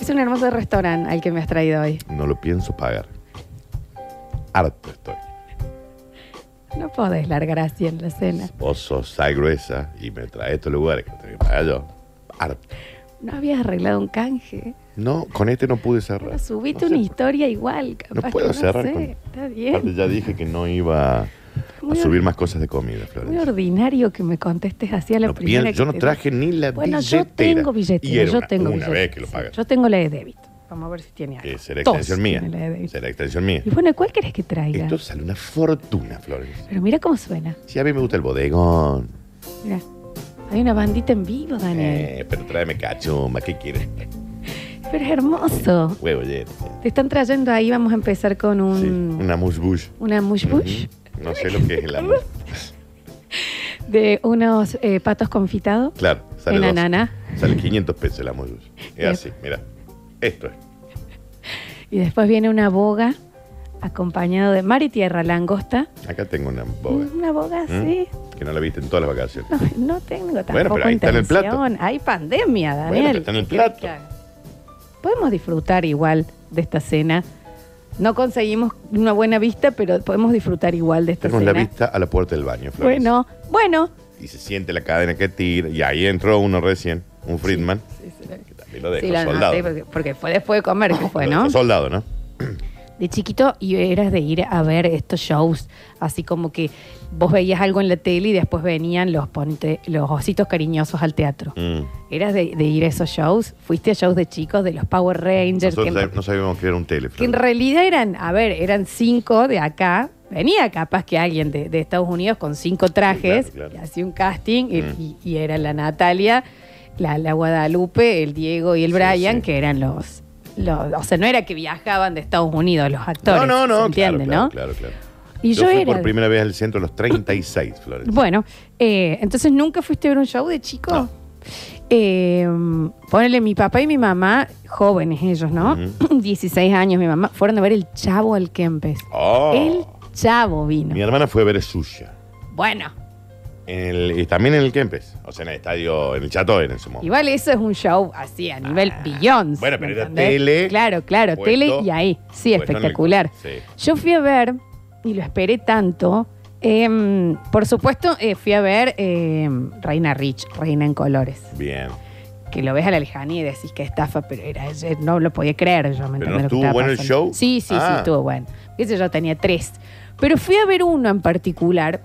es un hermoso restaurante al que me has traído hoy. No lo pienso pagar. Harto estoy. No podés largar así en la cena. Vos sos sal gruesa y me traes a estos lugares que tengo que pagar yo. Harto. No habías arreglado un canje. No, con este no pude Pero cerrar. subite No sé. una historia igual, capaz. que puedo cerrar sé. con- Está Aparte, bien. ya dije que no iba a Muy subir más cosas de comida, Muy Florencia. ordinario que me contestes así a la No primera. pienso- yo que no te- traje ni la Bueno, billetera. yo tengo billetera. Y era yo una- tengo una billetera, vez que lo sí. pagas. Yo tengo la de débito. Vamos a ver si tiene algo. Que será Todos extensión mía. tienen la de débito. Será extensión mía. Y bueno, ¿cuál querés que traiga? Esto sale una fortuna, Florencia. Pero mira cómo suena. Si a mí me gusta el bodegón. Mira. Hay una bandita en vivo, Daniel. Eh, pero tráeme cachumba, ¿qué quieres? Pero es hermoso. Huevo lleno. Te están trayendo ahí, vamos a empezar con un, Sí, una mushbush. una mush bush Ujú. No sé lo que es el amor. de unos eh, patos confitados. Claro, sale En dos. anana. Sale 500 pesos el amor. Es Bien. así, mira. Esto es. Y después viene una boga acompañado de mar y tierra, langosta. Acá tengo una boga. Una boga, ¿Mm? sí. Que no la viste en todas las vacaciones. No, no tengo tampoco Bueno, pero ahí está en el plato. intención. Hay pandemia, Daniel. Bueno, pero está en el ¿Qué querés plato. que haga? Podemos disfrutar igual de esta cena. No conseguimos una buena vista, pero podemos disfrutar igual de esta Tenemos cena. la vista a la puerta del baño, Florencia. bueno, bueno. Y se siente la cadena que tira. Y ahí entró uno recién, un Friedman. Sí, sí, sí. Que también lo dejó Sí, la- soldado. sí, pues, porque, porque fue después de comer que fue, Lo ¿no? dejó soldado, ¿no? De chiquito y eras de ir a ver estos shows, así como que vos veías algo en la tele y después venían los ponte, los ositos cariñosos al teatro. Mm. ¿Eras de, de ir a esos shows? ¿Fuiste a shows de chicos de los Power Rangers? Nosotros Que, sab- no sabíamos que era un tele. que en Florencia. realidad eran, a ver, eran cinco de acá. Venía capaz que alguien de, de Estados Unidos con cinco trajes Sí, claro, y claro. hacía un casting y, Mm. y- y era la Natalia, la, la Guadalupe, el Diego y el Sí, Brian, sí. que eran los, los- O sea, no era que viajaban de Estados Unidos los actores. No, no, no. ¿se entiende, claro, no? Claro, claro, claro. Y yo, fui era. por primera vez al centro a los 36, Florencia. Bueno, eh, entonces nunca fuiste a ver un show de chico. No. Eh, ponele, mi papá y mi mamá, jóvenes ellos, ¿no? Ujú. 16 años mi mamá, fueron a ver el Chavo al Kempes. Oh. El Chavo vino. Mi hermana fue a ver Suya. Bueno, En el- y también en el Kempes. O sea, en el estadio, en el Chateau, en ese momento. igual eso es un show así a nivel billions. Ah. Bueno, pero ¿me era entendés? tele, Claro, claro, puesto- tele y ahí. Sí, puesto Pues en el- espectacular. Sí. Yo fui a ver, y lo esperé tanto, em, por supuesto, eh, fui a ver em, Reina Rich, Reina en Colores. Bien. que lo ves a la lejanía y decís que estafa, pero era ayer, no lo podía creer yo, ¿me entendés ¿Pero no lo que estuvo estaba bueno el pasando? show? Sí, sí, sí, Ah. estuvo bueno. Qué sé yo, tenía tres. Pero fui a ver uno en particular.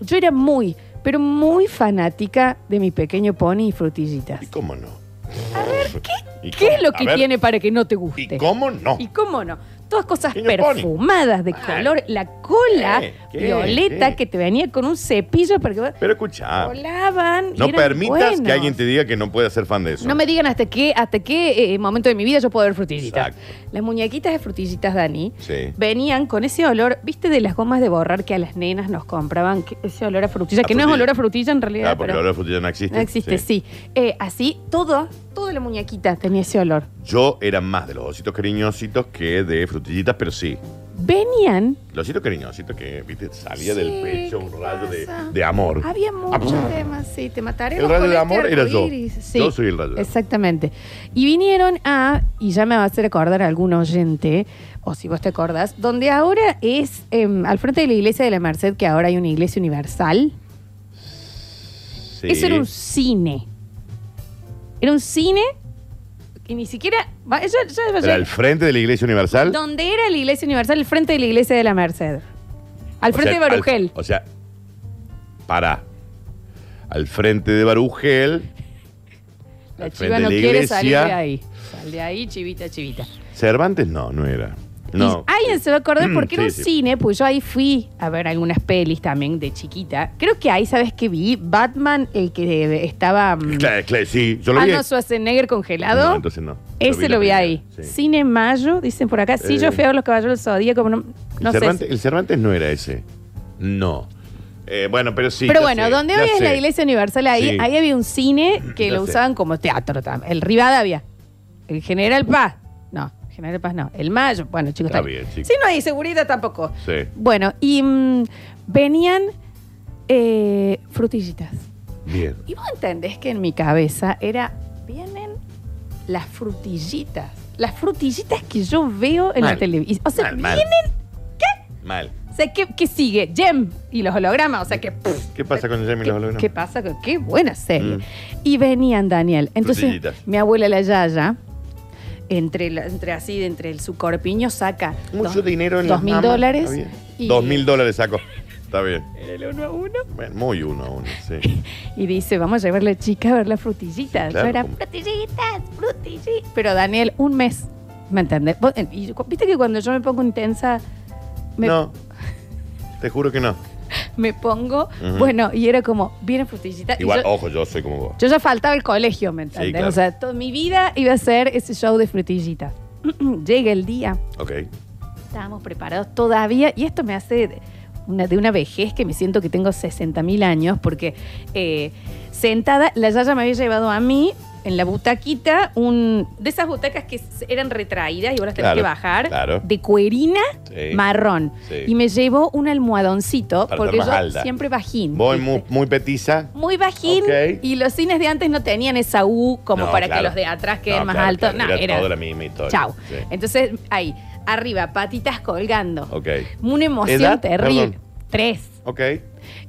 Yo era muy, pero muy fanática de mi pequeño pony y frutillitas. ¿Y cómo no? ¿Y ¿Qué es cómo? lo A que ver, tiene para que no te guste? ¿Y cómo no? ¿Y cómo no? Todas cosas Pequeño perfumadas de Pony. color, la cola ¿Qué? ¿Qué? violeta ¿Qué? que te venía con un cepillo para que vos- Pero escuchá. volaban. y No eran permitas buenos. que alguien te diga que no puede ser fan de eso. No me digan hasta qué, hasta qué eh, momento de mi vida yo puedo ver frutillitas. Exacto. Las muñequitas de frutillitas, Dani, Sí. venían con ese olor, viste, de las gomas de borrar que a las nenas nos compraban, que- ese olor a frutilla, A que no es frutilla. olor a frutilla en realidad, Ah, porque pero el olor a frutilla no existe. no existe, sí. Eh, así, todo, toda la muñequita tenía ese olor. Yo era más de los ositos cariñositos que de frutillitas, pero sí. Venían, Los ositos cariñositos que, viste, salía Sí, del pecho ¿qué un rayo de, pasa? de amor. había muchos Ah, temas, sí, te mataré. El rayo de amor era yo. Sí. Yo soy el rayo de amor. Exactamente. Y vinieron a, y ya me va a hacer acordar a algún oyente, o si vos te acordás, donde ahora es em, al frente de la iglesia de la Merced, que ahora hay una iglesia universal. Sí. Eso era un cine. Era un cine que ni siquiera. va- ya- ya- ya- Era al frente de la Iglesia Universal. donde era la iglesia universal, al frente de la iglesia de la Merced. Al O frente sea, de Barugel. al- o sea, para. Al frente de Barugel, la al chiva frente de no la quiere salir de iglesia. ahí. Sal de ahí, chivita, chivita. Cervantes no, no era. No. No. Mm, alguien se va a acordar porque Sí, era un sí. cine, pues yo ahí fui a ver algunas pelis también de chiquita. Creo que ahí, ¿sabes qué vi? Batman, el que estaba mm, Claro, claro, sí, yo lo vi. Arnold Schwarzenegger congelado. No, entonces no. Yo Ese vi la lo vi primera, ahí. sí. Cine Mayo, dicen por acá. Sí, Eh. yo fui a ver los caballeros del Zodíaco. pero No, no el, sé. Cervantes, el Cervantes no era ese. No. Eh, bueno, pero sí. Pero ya bueno, sé, donde ya hoy es la sé. Iglesia Universal, ahí, Sí. ahí había un cine que Ya lo sé. usaban como teatro también. El Rivadavia. El General Paz. No, General Paz no. El Mayo. Bueno, chicos, Está está bien. bien, chicos. Sí, no hay seguridad tampoco. Sí. Bueno, y mm, venían eh, frutillitas. Bien. Y vos entendés que en mi cabeza era, vienen las frutillitas. Las frutillitas que yo veo en la Mal. televisión. O sea, Mal, mal. vienen. Mal. O sea, ¿qué, qué sigue? Gem y los hologramas. O sea, que. pff, ¿Qué pasa con Jamie ¿Qué, los hologramas? qué pasa? con- Qué buena serie. Mm. Y venían, Daniel. Entonces, Frutillitas. mi abuela la Yaya, entre, la- entre así, de entre el, su corpiño, saca. Mucho dos- dinero en dos las mil mamas. dólares Está bien. y- Dos mil dólares saco. Está bien. Era el uno a uno. Bueno, muy uno a uno, sí. Y dice, vamos a llevar a la chica a ver las frutillitas. Sí, claro, Yo era, como- frutillitas, frutillitas. Pero Daniel, un mes, ¿me entendés? Vos- eh, y yo- Viste que cuando yo me pongo intensa, me, No. Te juro que no. me pongo, Ujú. bueno, y era como, vienen frutillitas. y Igual, yo, ojo, yo soy como vos. yo ya faltaba el colegio, ¿me entendés? claro. O sea, toda mi vida iba a ser ese show de frutillitas. Llega el día, Ok. estábamos preparados todavía, y esto me hace de una, de una vejez que me siento que tengo 60 mil años, porque eh, sentada, la Yaya me había llevado a mí en la butaquita, un, de esas butacas que s- eran retraídas y ahora tenías Claro, que bajar, claro. de cuerina Sí. marrón. Sí. Y me llevó un almohadoncito, Para porque yo estar más alta. siempre bajín. Voy ¿viste? muy, muy petiza. Muy bajín Ok. y los cines de antes no tenían esa U como No, para que claro. los de atrás queden No, más claro, altos. claro, No, era, era- todo la misma historia. Chau. Eh. Sí. Entonces, ahí, arriba, patitas colgando. Ok. Una emoción ¿Edad? terrible. Perdón. Tres. Ok.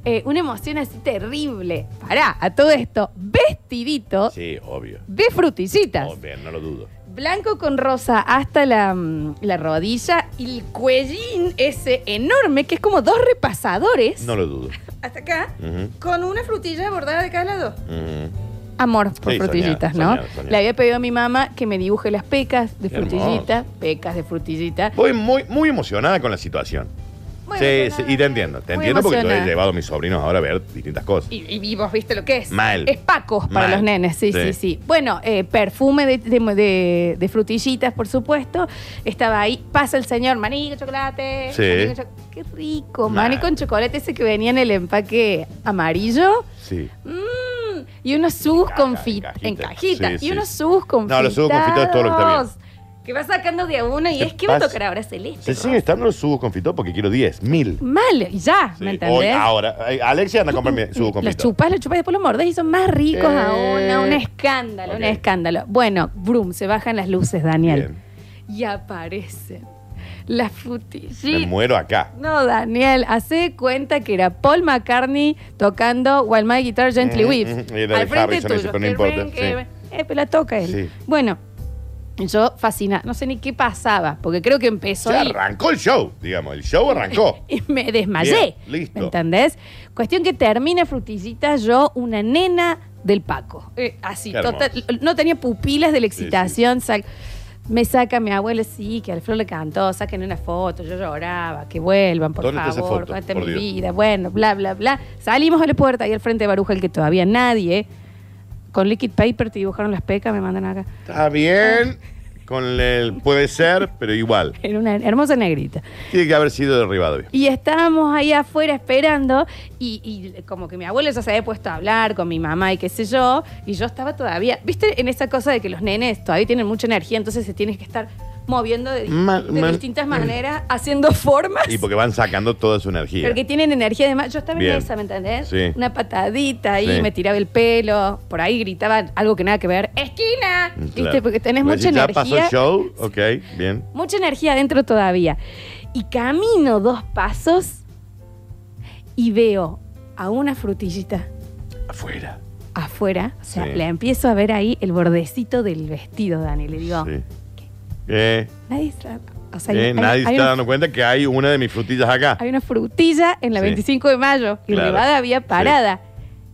Eh, una emoción así terrible. Pará, a todo esto, vestidito Sí, obvio. de frutillitas. Obvio, no lo dudo. Blanco con rosa hasta la, mm, la rodilla y el cuellín ese enorme que es como dos repasadores No lo dudo. hasta acá Ujú, con una frutilla bordada de cada lado. ujú. Amor por Sí, frutillitas, soñaba, ¿no? soñaba, soñaba. Le había pedido a mi mamá que me dibuje las pecas de Qué hermoso. frutillita, pecas de frutillita. Voy muy, muy emocionada con la situación. Muy Sí, sí, emocionada. y te entiendo. Te Muy entiendo porque yo he emocionada. llevado a mis sobrinos ahora a ver distintas cosas. Y, y- y vos viste lo que es. Mal. Es Paco para Mal. los nenes, sí, sí, sí. Sí. Bueno, eh, perfume de, de- de- de frutillitas, por supuesto. Estaba ahí. Pasa el señor, maní con chocolate. Sí. maní con cho- Qué rico. Mal. Maní con chocolate, ese que venía en el empaque amarillo. Sí. Mm, y unos sus En caja, confitas. En en cajita. cajita. Sí, y sí. unos sus confitas. No, los sus confitados es todo lo que está bien. Que va sacando de a uno y ¿Qué es que va a pasa? tocar ahora celeste. Se siguen estando los subos confitos porque quiero 10, mil. Mal, y ya, ¿me entendés? Hoy, ahora. Ay, Alexia anda a comprarme subos Los confitos. chupas, los chupas, después los mordés y son más ricos Eh. aún. Un escándalo, un Ok. escándalo. Bueno, brum, se bajan las luces, Daniel. Bien. Y aparecen las Me frutillitas. muero acá. No, Daniel, hace cuenta que era Paul McCartney tocando While My Guitar Gently Mm, Weeps. mm, y era de al frente Harrison tuyo. ese, pero no Que importa, ven, que sí. ven. Eh, pero la toca él. Sí. Bueno, yo fascinada. No sé ni qué pasaba, porque creo que empezó Se ahí. arrancó el show, digamos. El show arrancó. Y me desmayé. Bien, listo. ¿Me entendés? Cuestión que termina frutillitas yo, una nena del Paco. Eh, así, Qué hermoso. total- No tenía pupilas de la Sí, excitación. sac- me saca mi abuela, sí, que al flor le cantó, saquen una foto, yo lloraba, que vuelvan, por ¿Dónde está esa favor, foto? cuenten Por mi Dios. vida, bueno, bla, bla, bla. Salimos a la puerta ahí al frente de Baruja, el que todavía nadie, con liquid paper te dibujaron las pecas, me mandan acá. Está bien. Con el puede ser, pero igual. Era una hermosa negrita. Tiene que haber sido derribado. Y estábamos ahí afuera esperando y, y como que mi abuelo ya se había puesto a hablar con mi mamá y qué sé yo, y yo estaba todavía, viste, en esa cosa de que los nenes todavía tienen mucha energía, entonces se tienen que estar moviendo de, di- Mal, de mal. distintas maneras, haciendo formas. Y porque van sacando toda su energía. Porque tienen energía además. Yo estaba Bien. en esa, ¿me entendés? Sí. Una patadita ahí, Sí. me tiraba el pelo, por ahí gritaba algo que nada que ver. ¡Esquina! ¿Viste? Mm, Claro. Porque tenés Bueno, mucha ya energía. pasó el show. Ok, bien. Mucha energía adentro todavía. Y camino dos pasos y veo a una frutillita Afuera. afuera. O sea, Sí. la empiezo a ver ahí el bordecito del vestido, Dani. Le digo, Sí. Eh, nadie está. O sea, eh, hay- nadie hay está una- dando cuenta que hay una de mis frutillas acá. hay una frutilla en la Sí. 25 de mayo y Claro. Rivada había Sí. parada.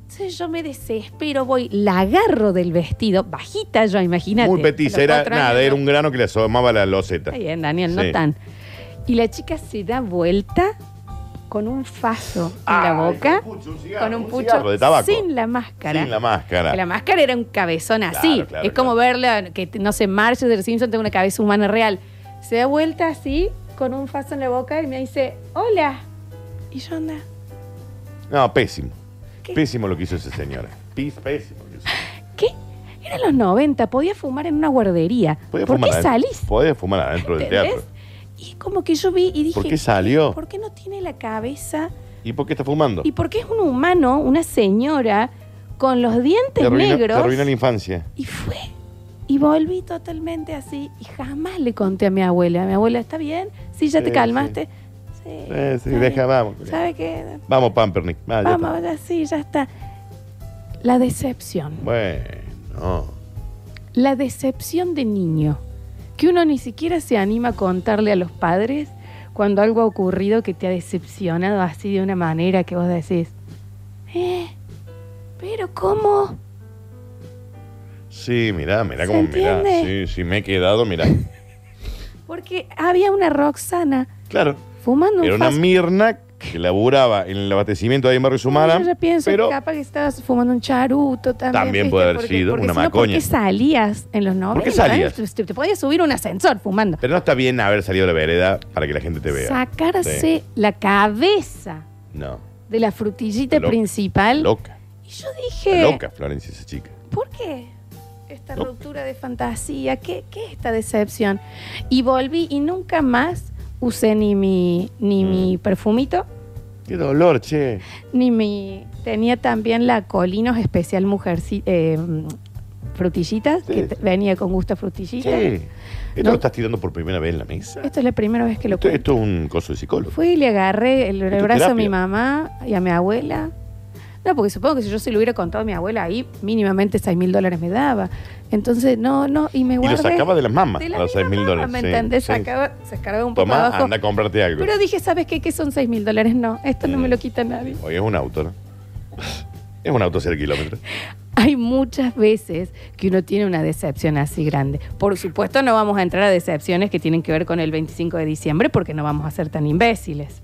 Entonces yo me desespero, voy, la agarro del vestido, bajita yo, imagínate. Muy a los peticera, cuatro años, nada, era ¿no? un grano que le asomaba la loseta. Está bien, Daniel, no Sí. tan. Y la chica se da vuelta con un faso en Ah, la boca, con un pucho cigarro de tabaco. sin la máscara. Sin la máscara. Que la máscara era un cabezón así. Claro, claro, es como verla, que no sé, Marge de los Simpson tengo una cabeza humana real. Se da vuelta así, con un faso en la boca y me dice, hola. Y yo anda. No, pésimo. ¿Qué? Pésimo lo que hizo esa señora. Pis- Pésimo. lo que hizo. ¿Qué? Eran los 90, podía fumar en una guardería. Podía ¿Por fumar qué adentro- salís? Podía fumar adentro del ¿Entendés? teatro. Y como que yo vi y dije, ¿Por qué salió? ¿por qué no tiene la cabeza? ¿Y por qué está fumando? Y porque es un humano, una señora, con los dientes Te arruinó- te negros. arruinó la infancia. y fue Y volví totalmente así y jamás le conté a mi abuela. Mi abuela, ¿está bien? Sí, ya te Sí, calmaste. Sí, Eh, sí, está deja, bien. vamos. ¿Sabe qué? Vamos, Pampernick. Ah, ya Vamos, ahora sí, ya está. La decepción. está. Bueno. La decepción de niño. Que uno ni siquiera se anima a contarle a los padres cuando algo ha ocurrido que te ha decepcionado así de una manera que vos decís, ¿eh? ¿Pero cómo? Sí, mirá, mirá ¿Se cómo mirá. Sí, entiende? sí, me he quedado, mirá. Porque había una Roxana Claro. fumando Era un una fast- Mirna que laburaba en el abastecimiento ahí en Barrio Sumara. Yo ya pienso pero que capaz que estabas fumando un charuto también. También ¿viste? puede haber sido una si no, macoña. ¿Por qué salías en los 90? qué salías? Te, te podías subir a un ascensor fumando. Pero no está bien haber salido a la vereda para que la gente te vea. Sacarse la cabeza No. de la frutillita Loca, principal. Loca. Y yo dije, Loca, Florencia, esa chica. ¿por qué esta Loca. ruptura de fantasía? ¿Qué, qué es esta decepción? Y volví y nunca más usé ni mi, ni Mm. mi perfumito, Qué dolor, che. ni mi... Tenía también la Colinos Especial Mujer eh, mm, Frutillita, Sí. que te- venía con gusto a frutillita. Che. Esto No. lo estás tirando por primera vez en la mesa. Esto es la primera vez que lo Esto, cuento. esto es un coso de psicólogo. Fui y le agarré el, el Esto es brazo a terapia. mi mamá y a mi abuela. No, porque supongo que si yo se lo hubiera contado a mi abuela ahí, mínimamente 6 mil dólares me daba. Entonces, no, no, y me Y lo guardé. sacaba de las mamas De a la los 6 mil misma dólares. forma, ¿Me Sí, entendés? sí. Sacaba, se cargaba un poco Tomá, abajo. anda a comprarte algo. Pero dije, ¿sabes qué? ¿Qué son 6 mil dólares? No, esto no Mm. me lo quita nadie. Oye, es un auto, ¿no? Es un auto 0 kilómetros. Hay muchas veces que uno tiene una decepción así grande. Por supuesto, no vamos a entrar a decepciones que tienen que ver con el 25 de diciembre porque no vamos a ser tan imbéciles.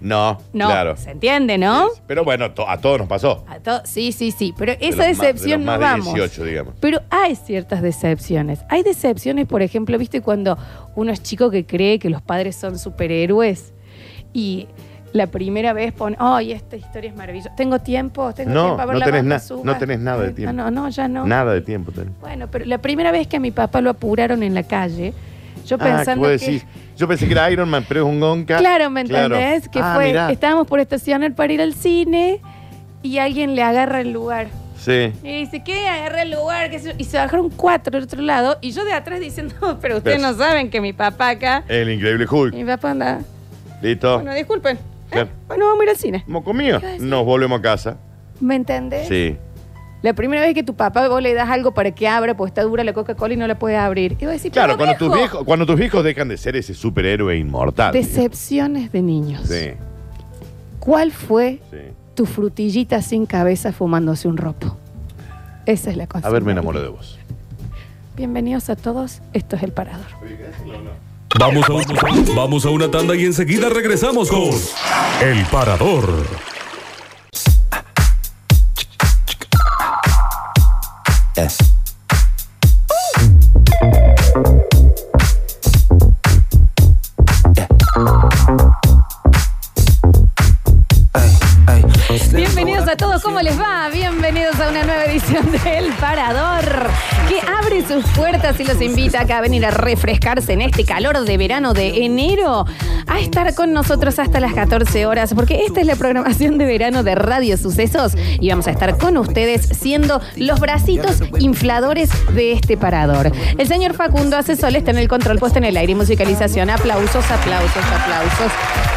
No, No, claro. se entiende, ¿no? Sí, sí. Pero bueno, to- a todos nos pasó. A to- sí, sí, sí, pero De esa los ma- de decepción los no más de vamos. 18, digamos. Pero hay ciertas decepciones. Hay decepciones, por ejemplo, viste cuando uno es chico que cree que los padres son superhéroes y la primera vez pone, ay, esta historia es maravillosa. Tengo tiempo, tengo No, tiempo a ver no la tenés vaca na- suba". no tenés nada de Ay, tiempo. ah, No, no, ya no. Nada de tiempo tenés. Bueno, pero la primera vez que a mi papá lo apuraron en la calle, yo Ah, que pensando vos que decís, yo pensé que era Iron Man, pero es un gonca. Claro, ¿me Claro. entendés? Que Ah, fue, mirá. estábamos por estacionar para ir al cine y alguien le agarra el lugar. Sí. Y dice, ¿qué? Agarra el lugar. qué sé yo. Y se bajaron cuatro del otro lado. Y yo de atrás diciendo, pero ustedes Ves. no saben que mi papá acá. El increíble Hulk. Y mi papá anda. Listo. Bueno, disculpen. ¿eh? Claro. Bueno, vamos a ir al cine. Moco mío. ¿Qué iba a decir? ¿Eh? Nos volvemos a casa. ¿Me entendés? Sí. La primera vez que tu papá vos le das algo para que abra, pues está dura la Coca-Cola y no la puede abrir. Y vos decís, Claro, "Pero, cuando tus, viejo". viejos, cuando tus viejos dejan de ser ese superhéroe inmortal. Decepciones de niños. Sí, ¿Cuál fue sí. tu frutillita sin cabeza fumándose un ropo? Esa es la cosa. A ver, me enamoro de vos. Bienvenidos a todos. Esto es El Parador. Vamos a, un- vamos a una tanda y enseguida regresamos con El Parador. Bienvenidos a todos, ¿cómo les va? Bienvenidos a una nueva edición de El Parador, que abre sus puertas y los invita acá a venir a refrescarse en este calor de verano de enero, a estar con nosotros hasta las 14 horas, porque esta es la programación de verano de Radio Sucesos y vamos a estar con ustedes siendo los bracitos infladores de este parador. El señor Facundo Asesol está en el control puesto en el aire y musicalización. Aplausos, aplausos, aplausos.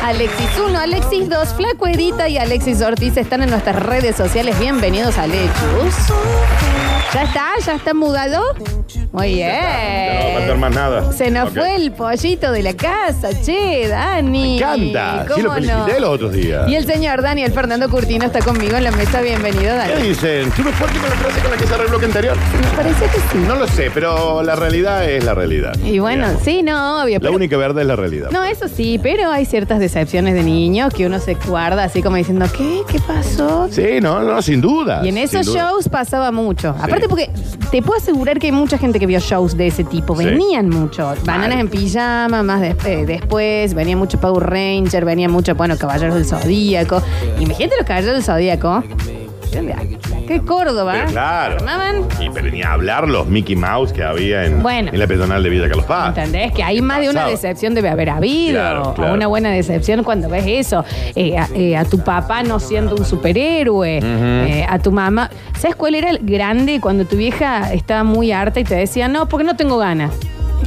Alexis 1, Alexis 2, Flaco Edita y Alexis Ortiz están en nuestras redes sociales. Bienvenidos a Lechus. ¿Ya está? ¿Ya está mudado? Muy Ya no va a faltar bien. más nada. Eh, Se nos Ok. fue el pollito de la casa, che, Me Dani. encanta. Sí, lo ¿Cómo no? felicité los otros días. Y el señor Daniel Fernando Curtino está conmigo en la mesa. Bienvenido, ¿Qué Dani. dicen? ¿Tú fuerte con la frase con la que se arregló el bloque anterior? Me parece que sí. No lo sé, pero la realidad es la realidad. Y bueno, Digamos. sí, no, obvio. La pero- única verdad es la realidad. No, eso sí, pero hay ciertas decepciones de niños que uno se guarda así como diciendo, ¿qué? ¿Qué pasó? Sí, no, no, sin duda. Y en esos sin duda. shows pasaba mucho. Sí. Aparte porque te puedo asegurar que hay mucha gente que vio shows de ese tipo. Sí. Venían muchos. Bananas en pijama, más de- eh, después. Venía mucho Power Ranger, venía mucho, bueno, Caballeros del Zodíaco. Imagínate los Caballeros del Zodíaco. Yo de- de ¿Qué Córdoba? Pero claro. Armaban. Y pero ni hablar los Mickey Mouse que había en, Bueno. en la peatonal de Villa Carlos Paz. ¿Entendés? Que hay más de una pasaba? decepción debe haber habido. Ah, Claro, claro. O una buena decepción cuando ves eso. Eh, a, eh, a tu papá no siendo un superhéroe. Eh, a tu mamá. ¿Sabes cuál era el grande cuando tu vieja estaba muy harta y te decía, no, porque no tengo ganas?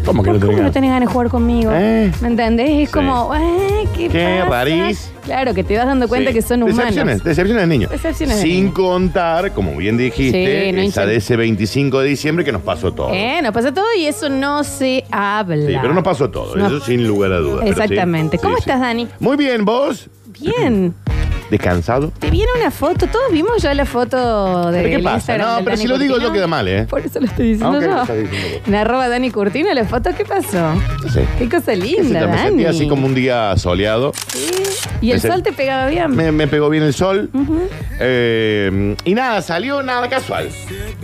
¿Cómo que no ¿Por tenía? ¿Cómo no tenés ganas de jugar conmigo? Eh. ¿Me entendés? Es Sí. como, "Ay, ¿qué, Qué pasa?". rarís. Claro, que te vas dando cuenta Sí. que son humanos. Decepciones, decepciones de niños. Decepciones de Sin niños. contar, como bien dijiste, Sí, no esa intent- de ese 25 de diciembre que nos pasó todo. Eh, nos pasa todo y eso no se habla. Sí, pero nos pasó todo, No. eso sin lugar a dudas. pero sí. Exactamente. ¿Cómo estás, Dani? Muy bien, ¿vos? Bien. ¿Descansado? Te viene una foto, todos vimos ya la foto de ¿Pero qué pasa? No, pero si lo digo yo queda mal, ¿eh? Por eso lo estoy Ah, diciendo ok, lo yo. estás diciendo En arroba Dani Curtino, la foto, ¿qué pasó? No sé. Qué cosa Qué sé linda, yo, me Dani. sentí así como un día soleado. Y el me sol sent- te pegaba bien. Me, me pegó bien el sol. Eh, y nada, salió nada casual.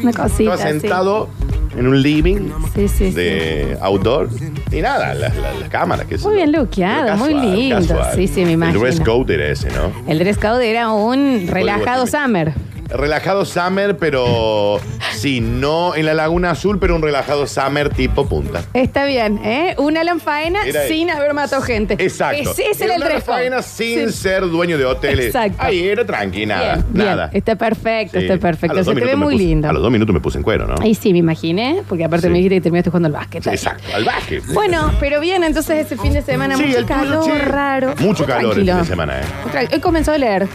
Una cosita. Estaba así. sentado en un living Sí, sí, sí. de outdoor. Y nada, las, las- las cámaras que Muy bien lookeado, muy lindo. Sí, sí, me imagino. El dress code era ese, ¿no? El dress code era un relajado summer. Relajado summer, pero sí, no en la Laguna Azul, pero un relajado summer tipo punta. Está bien, ¿eh? Un Alan Faena Era- sin haber matado gente. Exacto. Ese, ese era el Una dress code. faena sin Sí. ser dueño de hoteles. Exacto. Ahí era tranqui, nada, Bien, bien. nada. Está perfecto, Sí. está A perfecto. los Se te dos ve minutos me muy puse- lindo. A los dos minutos me puse en cuero, ¿no? Ahí sí, me imaginé, porque aparte Sí. me dijiste que terminaste jugando al básquet. Sí, Exacto, al básquet. Bueno, pero bien, entonces ese fin de semana Sí, mucho el tuyo, calor che. raro. Mucho calor el Tranquilo. fin de semana, ¿eh? Otra- Hoy comenzó a leer,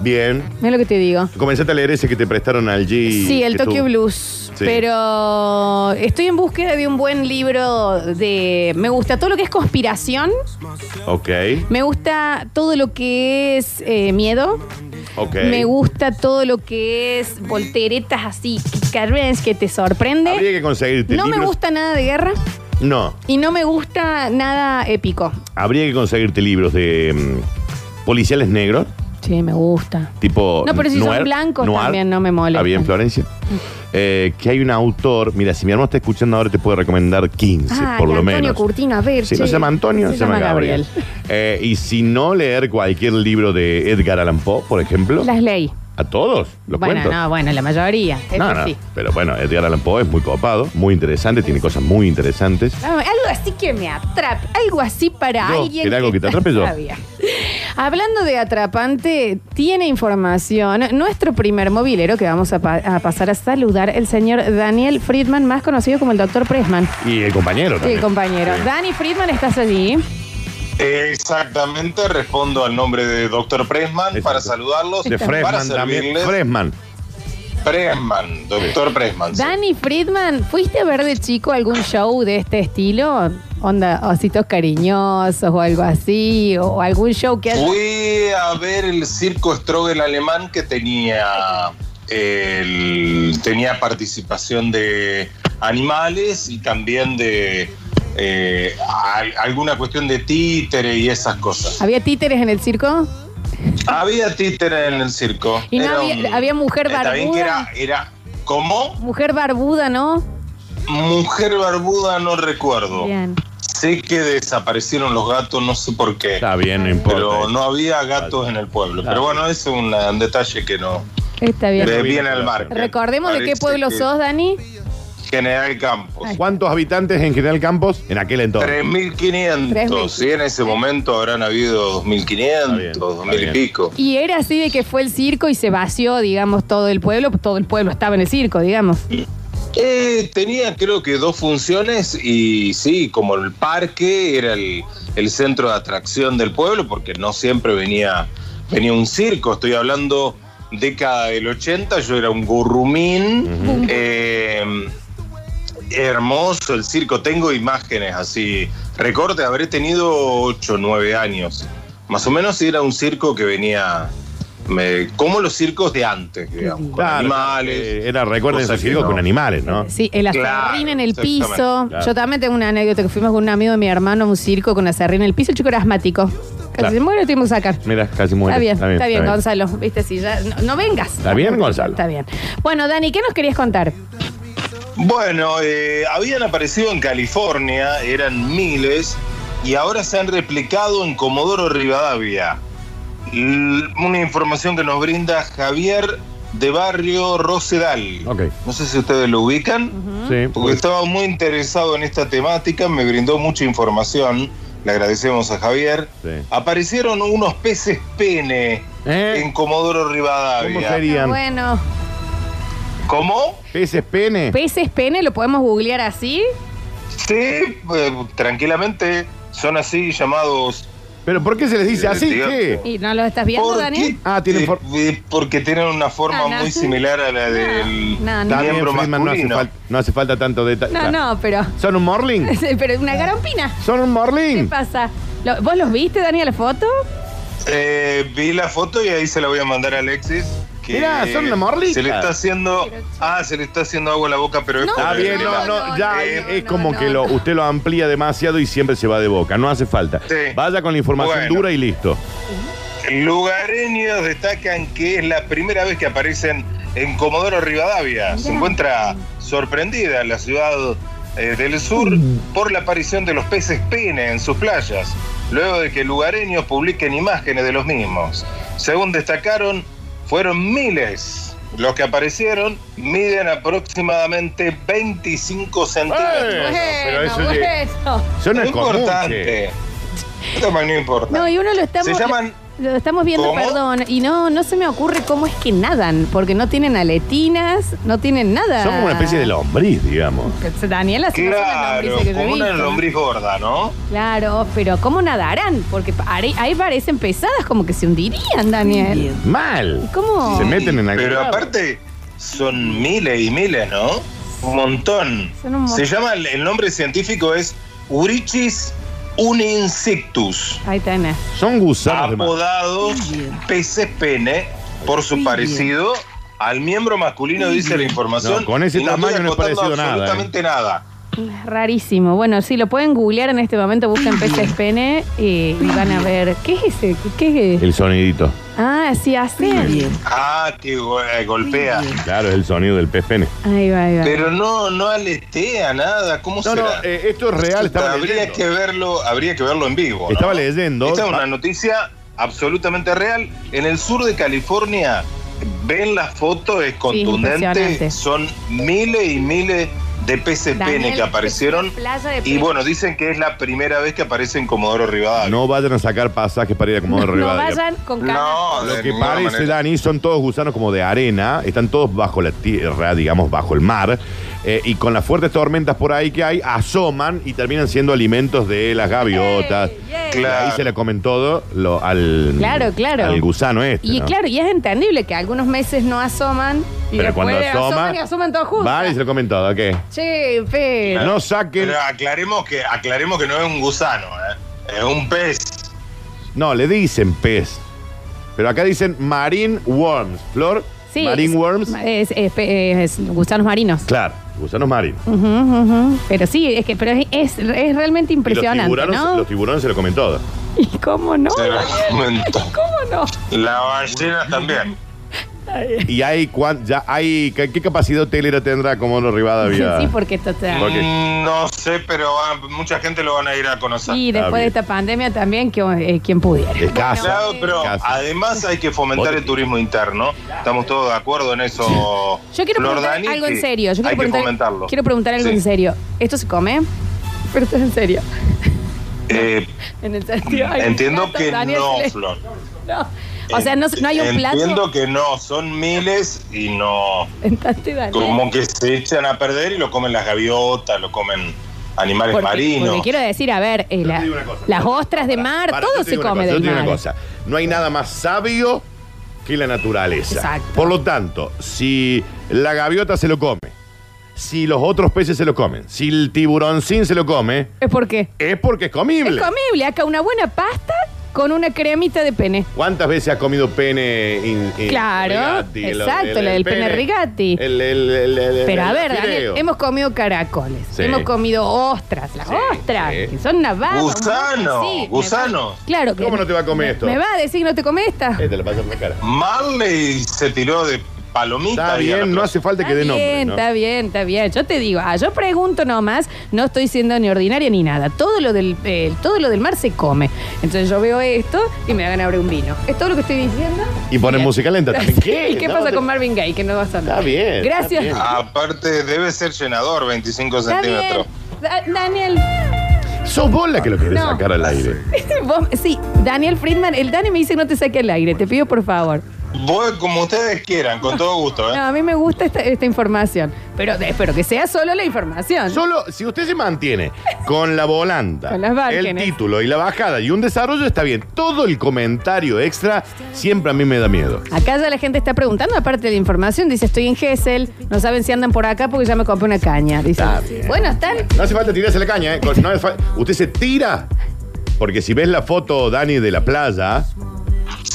Bien. mira lo que te digo. Comenzaste a leer ese que te prestaron al G. Sí, el que Tokyo tú- Blues. Sí. Pero estoy en búsqueda de un buen libro de... Me gusta todo lo que es conspiración, Ok, me gusta todo lo que es eh, miedo, ok. me gusta todo lo que es volteretas así, carreras que te Habría sorprende. que conseguirte No me libros- gusta nada de guerra No, y no me gusta nada épico. habría que conseguirte libros de mm, policiales negros, Sí, me gusta. tipo. No, pero si son noir- blancos noir. también no me molesta. Ah, bien, Florencia. Eh, que hay un autor, mira, si mi hermano está escuchando ahora te puede recomendar 15, Ah, por lo Antonio menos. Curtino, a ver. Sí, no che. se llama Antonio, se, llama Gabriel. Eh, y si no leer cualquier libro de Edgar Allan Poe, por ejemplo, Las leí. a todos, los bueno, cuento. no, bueno, la mayoría. No, eso no, sí. pero bueno, Edgar Allan Poe es muy copado, muy interesante, tiene cosas muy interesantes. Ah, Algo así que me atrape, algo así para Yo, alguien. ¿querés algo que te atrape yo? Está bien. Hablando de atrapante, tiene información nuestro primer movilero que vamos a, pa- a pasar a saludar, el señor Daniel Friedman, más conocido como el doctor Pressman. Y el compañero Sí, también. compañero. Sí. Dani Friedman, ¿estás allí? Exactamente, respondo al nombre de Dr. Pressman Exacto. para saludarlos. De para Fresman también. servirles. Fresman. Pressman, Dr. Pressman. sí. Dani Friedman, ¿fuiste a ver de chico algún show de este estilo? Onda, ositos cariñosos o algo así, o algún show que haya... Fui a ver el circo Strobel alemán que tenía, el- tenía participación de animales y también de eh, al- alguna cuestión de títere y esas cosas. ¿Había títeres en el circo? Había títere en el circo. Ah. Y no Era había- había mujer Está bien que barbuda. era, era. ¿Cómo? Mujer barbuda, ¿no? Mujer barbuda no recuerdo. Bien. Sé que desaparecieron los gatos, no sé por qué. Está bien, no importa. Pero no había gatos en el pueblo. Pero bueno, ese es un, un detalle que no Está bien. le viene al mar. Recordemos de qué Parece pueblo que sos, Dani. General Campos. ¿Cuántos habitantes en General Campos en aquel entonces? 3.500. 3.500. Sí, en ese momento habrán habido Está bien, 2.500, está 2.000 bien. y pico. Y era así de que fue el circo y se vació, digamos, todo el pueblo. pues Todo el pueblo estaba en el circo, digamos. Eh, tenía creo que dos funciones y sí, como el parque era el, el centro de atracción del pueblo, porque no siempre venía, venía un circo, estoy hablando década del 80, yo era un gurrumín, eh, hermoso el circo, tengo imágenes así, recorte, habré tenido 8, 9 años, más o menos era un circo que venía... me- como los circos de antes, digamos, con Claro, animales. eh, Era, recuerden, cosas esos que circos no. con animales, ¿no? Sí, el acerrín Ah. Claro, en el exactamente, piso. claro. Yo también tengo una anécdota que fuimos con un amigo de mi hermano a un circo con acerrín en el piso. El chico era asmático. Casi Claro. se muere, lo tuvimos que sacar. Mira, casi muere. Está bien, está bien, Gonzalo. Viste, si ya. No, no vengas. ¿Está bien, Gonzalo? Está bien. Bueno, Dani, ¿qué nos querías contar? Bueno, eh, habían aparecido en California, eran miles, y ahora se han replicado en Comodoro Rivadavia. L- una información que nos brinda Javier de barrio Rosedal. Ok. No sé si ustedes lo ubican. Mm. Sí. Porque estaba muy interesado en esta temática, me brindó mucha información. Le agradecemos a Javier. Sí. Aparecieron unos peces pene ¿Eh? en Comodoro Rivadavia. ¿Cómo serían? Bueno, ¿Cómo? ¿Peces pene? peces pene, ¿lo podemos googlear así? Sí, eh, tranquilamente. Son así llamados. ¿Pero por qué se les dice Eh, así? digamos. ¿Qué? ¿Y no lo estás viendo, ¿Por Daniel? qué? Ah, tienen for- Eh, porque tienen una forma Ah, no, muy sí. similar a la del No, no. También, miembro Friedman, no hace, masculino. falta, no hace falta tanto detalle. No, no, pero. ¿Son un morling? Pero una garompina. ¿Son un ¿Qué morling? pasa? Lo- ¿Vos los viste, Daniel, la foto? Eh, vi la foto y ahí se la voy a mandar a Alexis. que Mirá, son una morlita. Se le está haciendo. Ah, se le está haciendo agua a la boca, pero es No, por Está el Ah, Eh, bien, helado. no, no, no, ya no, es- no, es no, como no, que no. lo, usted lo amplía demasiado y siempre se va de boca, no hace falta. Sí. Vaya con la información Bueno. dura y listo. Lugareños destacan que es la primera vez que aparecen en Comodoro Rivadavia. Se encuentra sorprendida la ciudad eh, del sur Mm. por la aparición de los peces pene en sus playas, luego de que lugareños publiquen imágenes de los mismos. Según destacaron, fueron miles. Los que aparecieron miden aproximadamente 25 centímetros. Bueno, pero eso bueno. Yo no No es común, che. importante. Esto no importa. No, y uno lo estamos. Se llaman- Lo estamos viendo, ¿Cómo? perdón, y no, no se me ocurre cómo es que nadan, porque no tienen aletinas, no tienen nada. Son como una especie de lombriz, digamos. Daniela se ¿eh? Claro, como una lombriz gorda, ¿no? Claro, pero ¿cómo nadarán? Porque pare- ahí parecen pesadas, como que se hundirían, Daniel. Mal. ¿Cómo? Se meten en la Pero aparte, son miles y miles, ¿no? Un montón. Son un montón. Se llama, el el nombre científico es Urichis uninsectus, Ahí tenés. Son gusanos de mar. apodado peces pene por su parecido al miembro masculino, dice la información. No, con ese y estoy tamaño no es acotando parecido nada, eh. absolutamente nada. Rarísimo. Bueno, sí, lo pueden googlear en este momento, buscan peces pene eh, y van a ver. ¿Qué es ese? ¿Qué, qué es? El sonidito. Ah, sí, hace. Ah, que go- eh, golpea. Claro, es el sonido del pez pene. Ahí va, ahí va. Pero no, no aletea nada. ¿Cómo No, será? no, eh, esto es real, estaba habría leyendo. que verlo, habría que verlo en vivo. ¿no? Estaba leyendo. Esta es una Va- noticia absolutamente real. En el sur de California, ven la foto, es contundente. impresionante. Son miles y miles de peces Daniel, pene que aparecieron. playa de Y pene. bueno, dicen que es la primera vez que aparece en Comodoro Rivadavia. No vayan a sacar pasajes para ir a Comodoro no Rivadavia. vayan con cara. No, Lo de que ninguna parece, manera. Dani, son todos gusanos como de arena, están todos bajo la tierra, digamos, bajo el mar, eh, y con las fuertes tormentas por ahí que hay, asoman y terminan siendo alimentos de las gaviotas. Ey, ey. Claro. Ahí se le comen todo lo, al, Claro, claro. al gusano este. Y ¿no? claro, y es entendible que algunos meses no asoman y Pero después cuando asoma, asoman y asoman todos juntos. Vale, se le comen todo, ¿ok? Che, pero. No saquen. Pero aclaremos que, aclaremos que no es un gusano, ¿eh? es un pez. No, le dicen pez. Pero acá dicen marine worms, Flor. Sí, marine es- worms. Es, es pe- es gusanos marinos. Claro, gusanos marinos. Ujú, ujú. Pero sí, es que pero es, es- es realmente Y los impresionante, tiburones, ¿no? los tiburones se lo comen todo. ¿Y cómo no? Se lo comento. ¿Cómo no? La ballena también. Y hay cuan- ya hay ¿qué, qué capacidad hotelera tendrá Comodoro Rivadavia? Sí, porque esto te- Porque- Mm, No sé, pero va- mucha gente lo van a ir a conocer. Y Ah, después bien. de esta pandemia también, que, eh, quien pudiera. Es casa. Claro, pero Casa. además hay que fomentar el turismo interno. Estamos todos de acuerdo en eso. Yo quiero Flor preguntar Dani, algo en que serio. Yo quiero hay que preguntar, fomentarlo. Quiero preguntar algo Sí. en serio. ¿Esto se come? Pero esto es en serio. Eh, En el sentido. ay, entiendo plato, que Daniel, no, se le- Flor. no. O sea, no, no hay un plato. Entiendo que no, son miles y no. Sentate, Daniel. Como que se echan a perder y lo comen las gaviotas, lo comen animales Porque, marinos. porque quiero decir, a ver, eh, Yo te la- digo una cosa. las ostras de mar, Para, yo todo te se digo una come cosa, yo del te digo mar. una cosa. No hay nada más sabio que la naturaleza. Exacto. Por lo tanto, si la gaviota se lo come, si los otros peces se lo comen, si el tiburoncín se lo come, ¿Es por qué? es porque es Es comible. comible. Acá una buena pasta con una cremita de pene. ¿Cuántas veces has comido pene in- in- Claro, rigatti, el- exacto, la del pene rigatti. El, el- el- el- Pero a el ver, fideo. Daniel, hemos comido caracoles, Sí. hemos comido ostras, las Sí, ostras, sí. que son navajas. Gusano, gusano. Claro que ¿Cómo no te Eh, va a comer me- esto? Este Me va a decir que no te come esta. Eh, te lo paso en la cara. Marley se tiró de palomita. Está había bien, en no la hace falta que dé Está nombre. bien, ¿no? está bien, está bien. Yo te digo, ah, yo pregunto nomás, no estoy siendo ni ordinaria ni nada. Todo lo del eh, todo lo del mar se come. Entonces yo veo esto y me hagan abrir un vino. ¿Es todo lo que estoy diciendo? Y ponen Bien. música lenta también. Sí, ¿Qué? ¿Y qué No, pasa te- con Marvin Gaye? Que no va a sonar. Está bien, está Gracias. Ah, bien. Está Aparte, debe ser llenador, 25 bien. centímetros. Da- Daniel, Sos vos la que lo querés No. sacar al aire. vos- sí, Daniel Friedman, el Dani me dice no te saque el aire, te pido por favor. Voy como ustedes quieran, con todo gusto. ¿eh? No, a mí me gusta esta, esta información, pero espero que sea solo la información. Solo si usted se mantiene con la volanta, Con las el várgenes. título y la bajada y un desarrollo, está bien. Todo el comentario extra siempre a mí me da miedo. Acá ya la gente está preguntando, aparte de la información, dice estoy en Gesell, no saben si andan por acá porque ya me compré una caña. Dice, Está bien. bueno, están. No hace falta tirarse la caña, ¿eh? No hace fal- usted se tira. Porque si ves la foto, Dani, de la playa,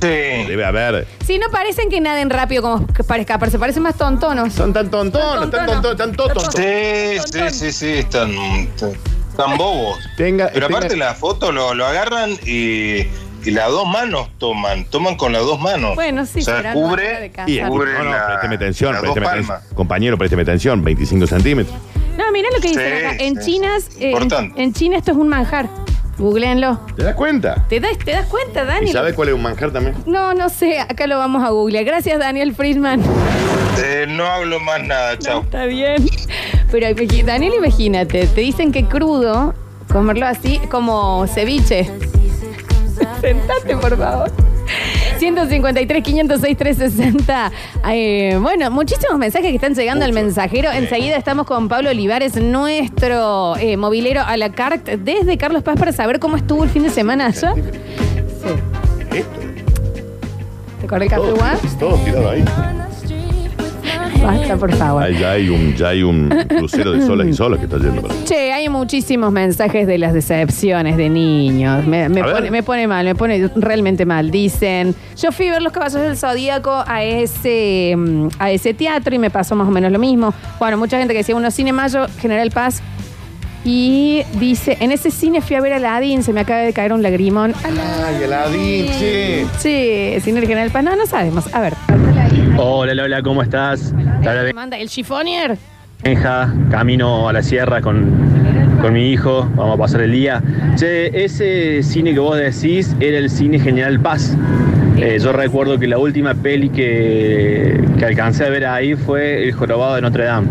Sí. debe haber. Si no parecen que naden rápido como que para escaparse, parecen más tontonos. Son tan tontonos, tan tontonos, tan totontos. Sí, sí, sí, sí, están, están bobos. Tenga- Pero aparte tenga- la foto lo, lo agarran y, y las dos manos toman, toman con las dos manos. Bueno, sí, o sea, pero no acaba de cubre. casar. Y escu- Cubre no, no, la- présteme atención, las dos présteme atención. palmas. Compañero, présteme atención, 25 centímetros. No, mirá lo que Sí, dicen acá. En sí, China, sí. eh, en, Importante. en China esto es un manjar. Googleenlo. ¿Te das cuenta? ¿Te das, te das cuenta, ¿Y Dani? sabes cuál es un manjar también? No, no sé, acá lo vamos a googlear. Gracias, Daniel Friedman. Eh, no hablo más nada, chao. Está bien. Pero imagi- Daniel, imagínate, te dicen que crudo, comerlo así es como ceviche. Sentate, por favor. 153, 506, 360. Eh, bueno, muchísimos mensajes que están llegando al mensajero. Enseguida estamos con Pablo Olivares, nuestro eh, movilero a la carte desde Carlos Paz para saber cómo estuvo el fin de semana allá. Sí. Esto. ¿Te corre el café, Todo, Juan? todo tirado ahí. Basta, por favor. Ahí ya hay un, ya hay un crucero de solas y solas que está yendo para allá. Che, hay muchísimos mensajes de las decepciones de niños. Me, me A ver. pone, me pone mal, me pone realmente mal. Dicen, yo fui a ver los caballos del Zodíaco a ese, mm, a ese teatro y me pasó más o menos lo mismo. Bueno, mucha gente que decía, uno Cine Mayo, General Paz. Y dice, en ese cine fui a ver a Aladdin, se me acaba de caer un lagrimón. Ay, Aladín, che. Sí, cine del General Paz. No, no sabemos. A ver. Hola Lola, ¿cómo estás? Hola Manda el chifonier. Benja, camino a la sierra con, con mi hijo, vamos a pasar el día. Che, ese cine que vos decís era el cine General Paz. Eh, yo recuerdo que la última peli que, que alcancé a ver ahí fue El Jorobado de Notre Dame.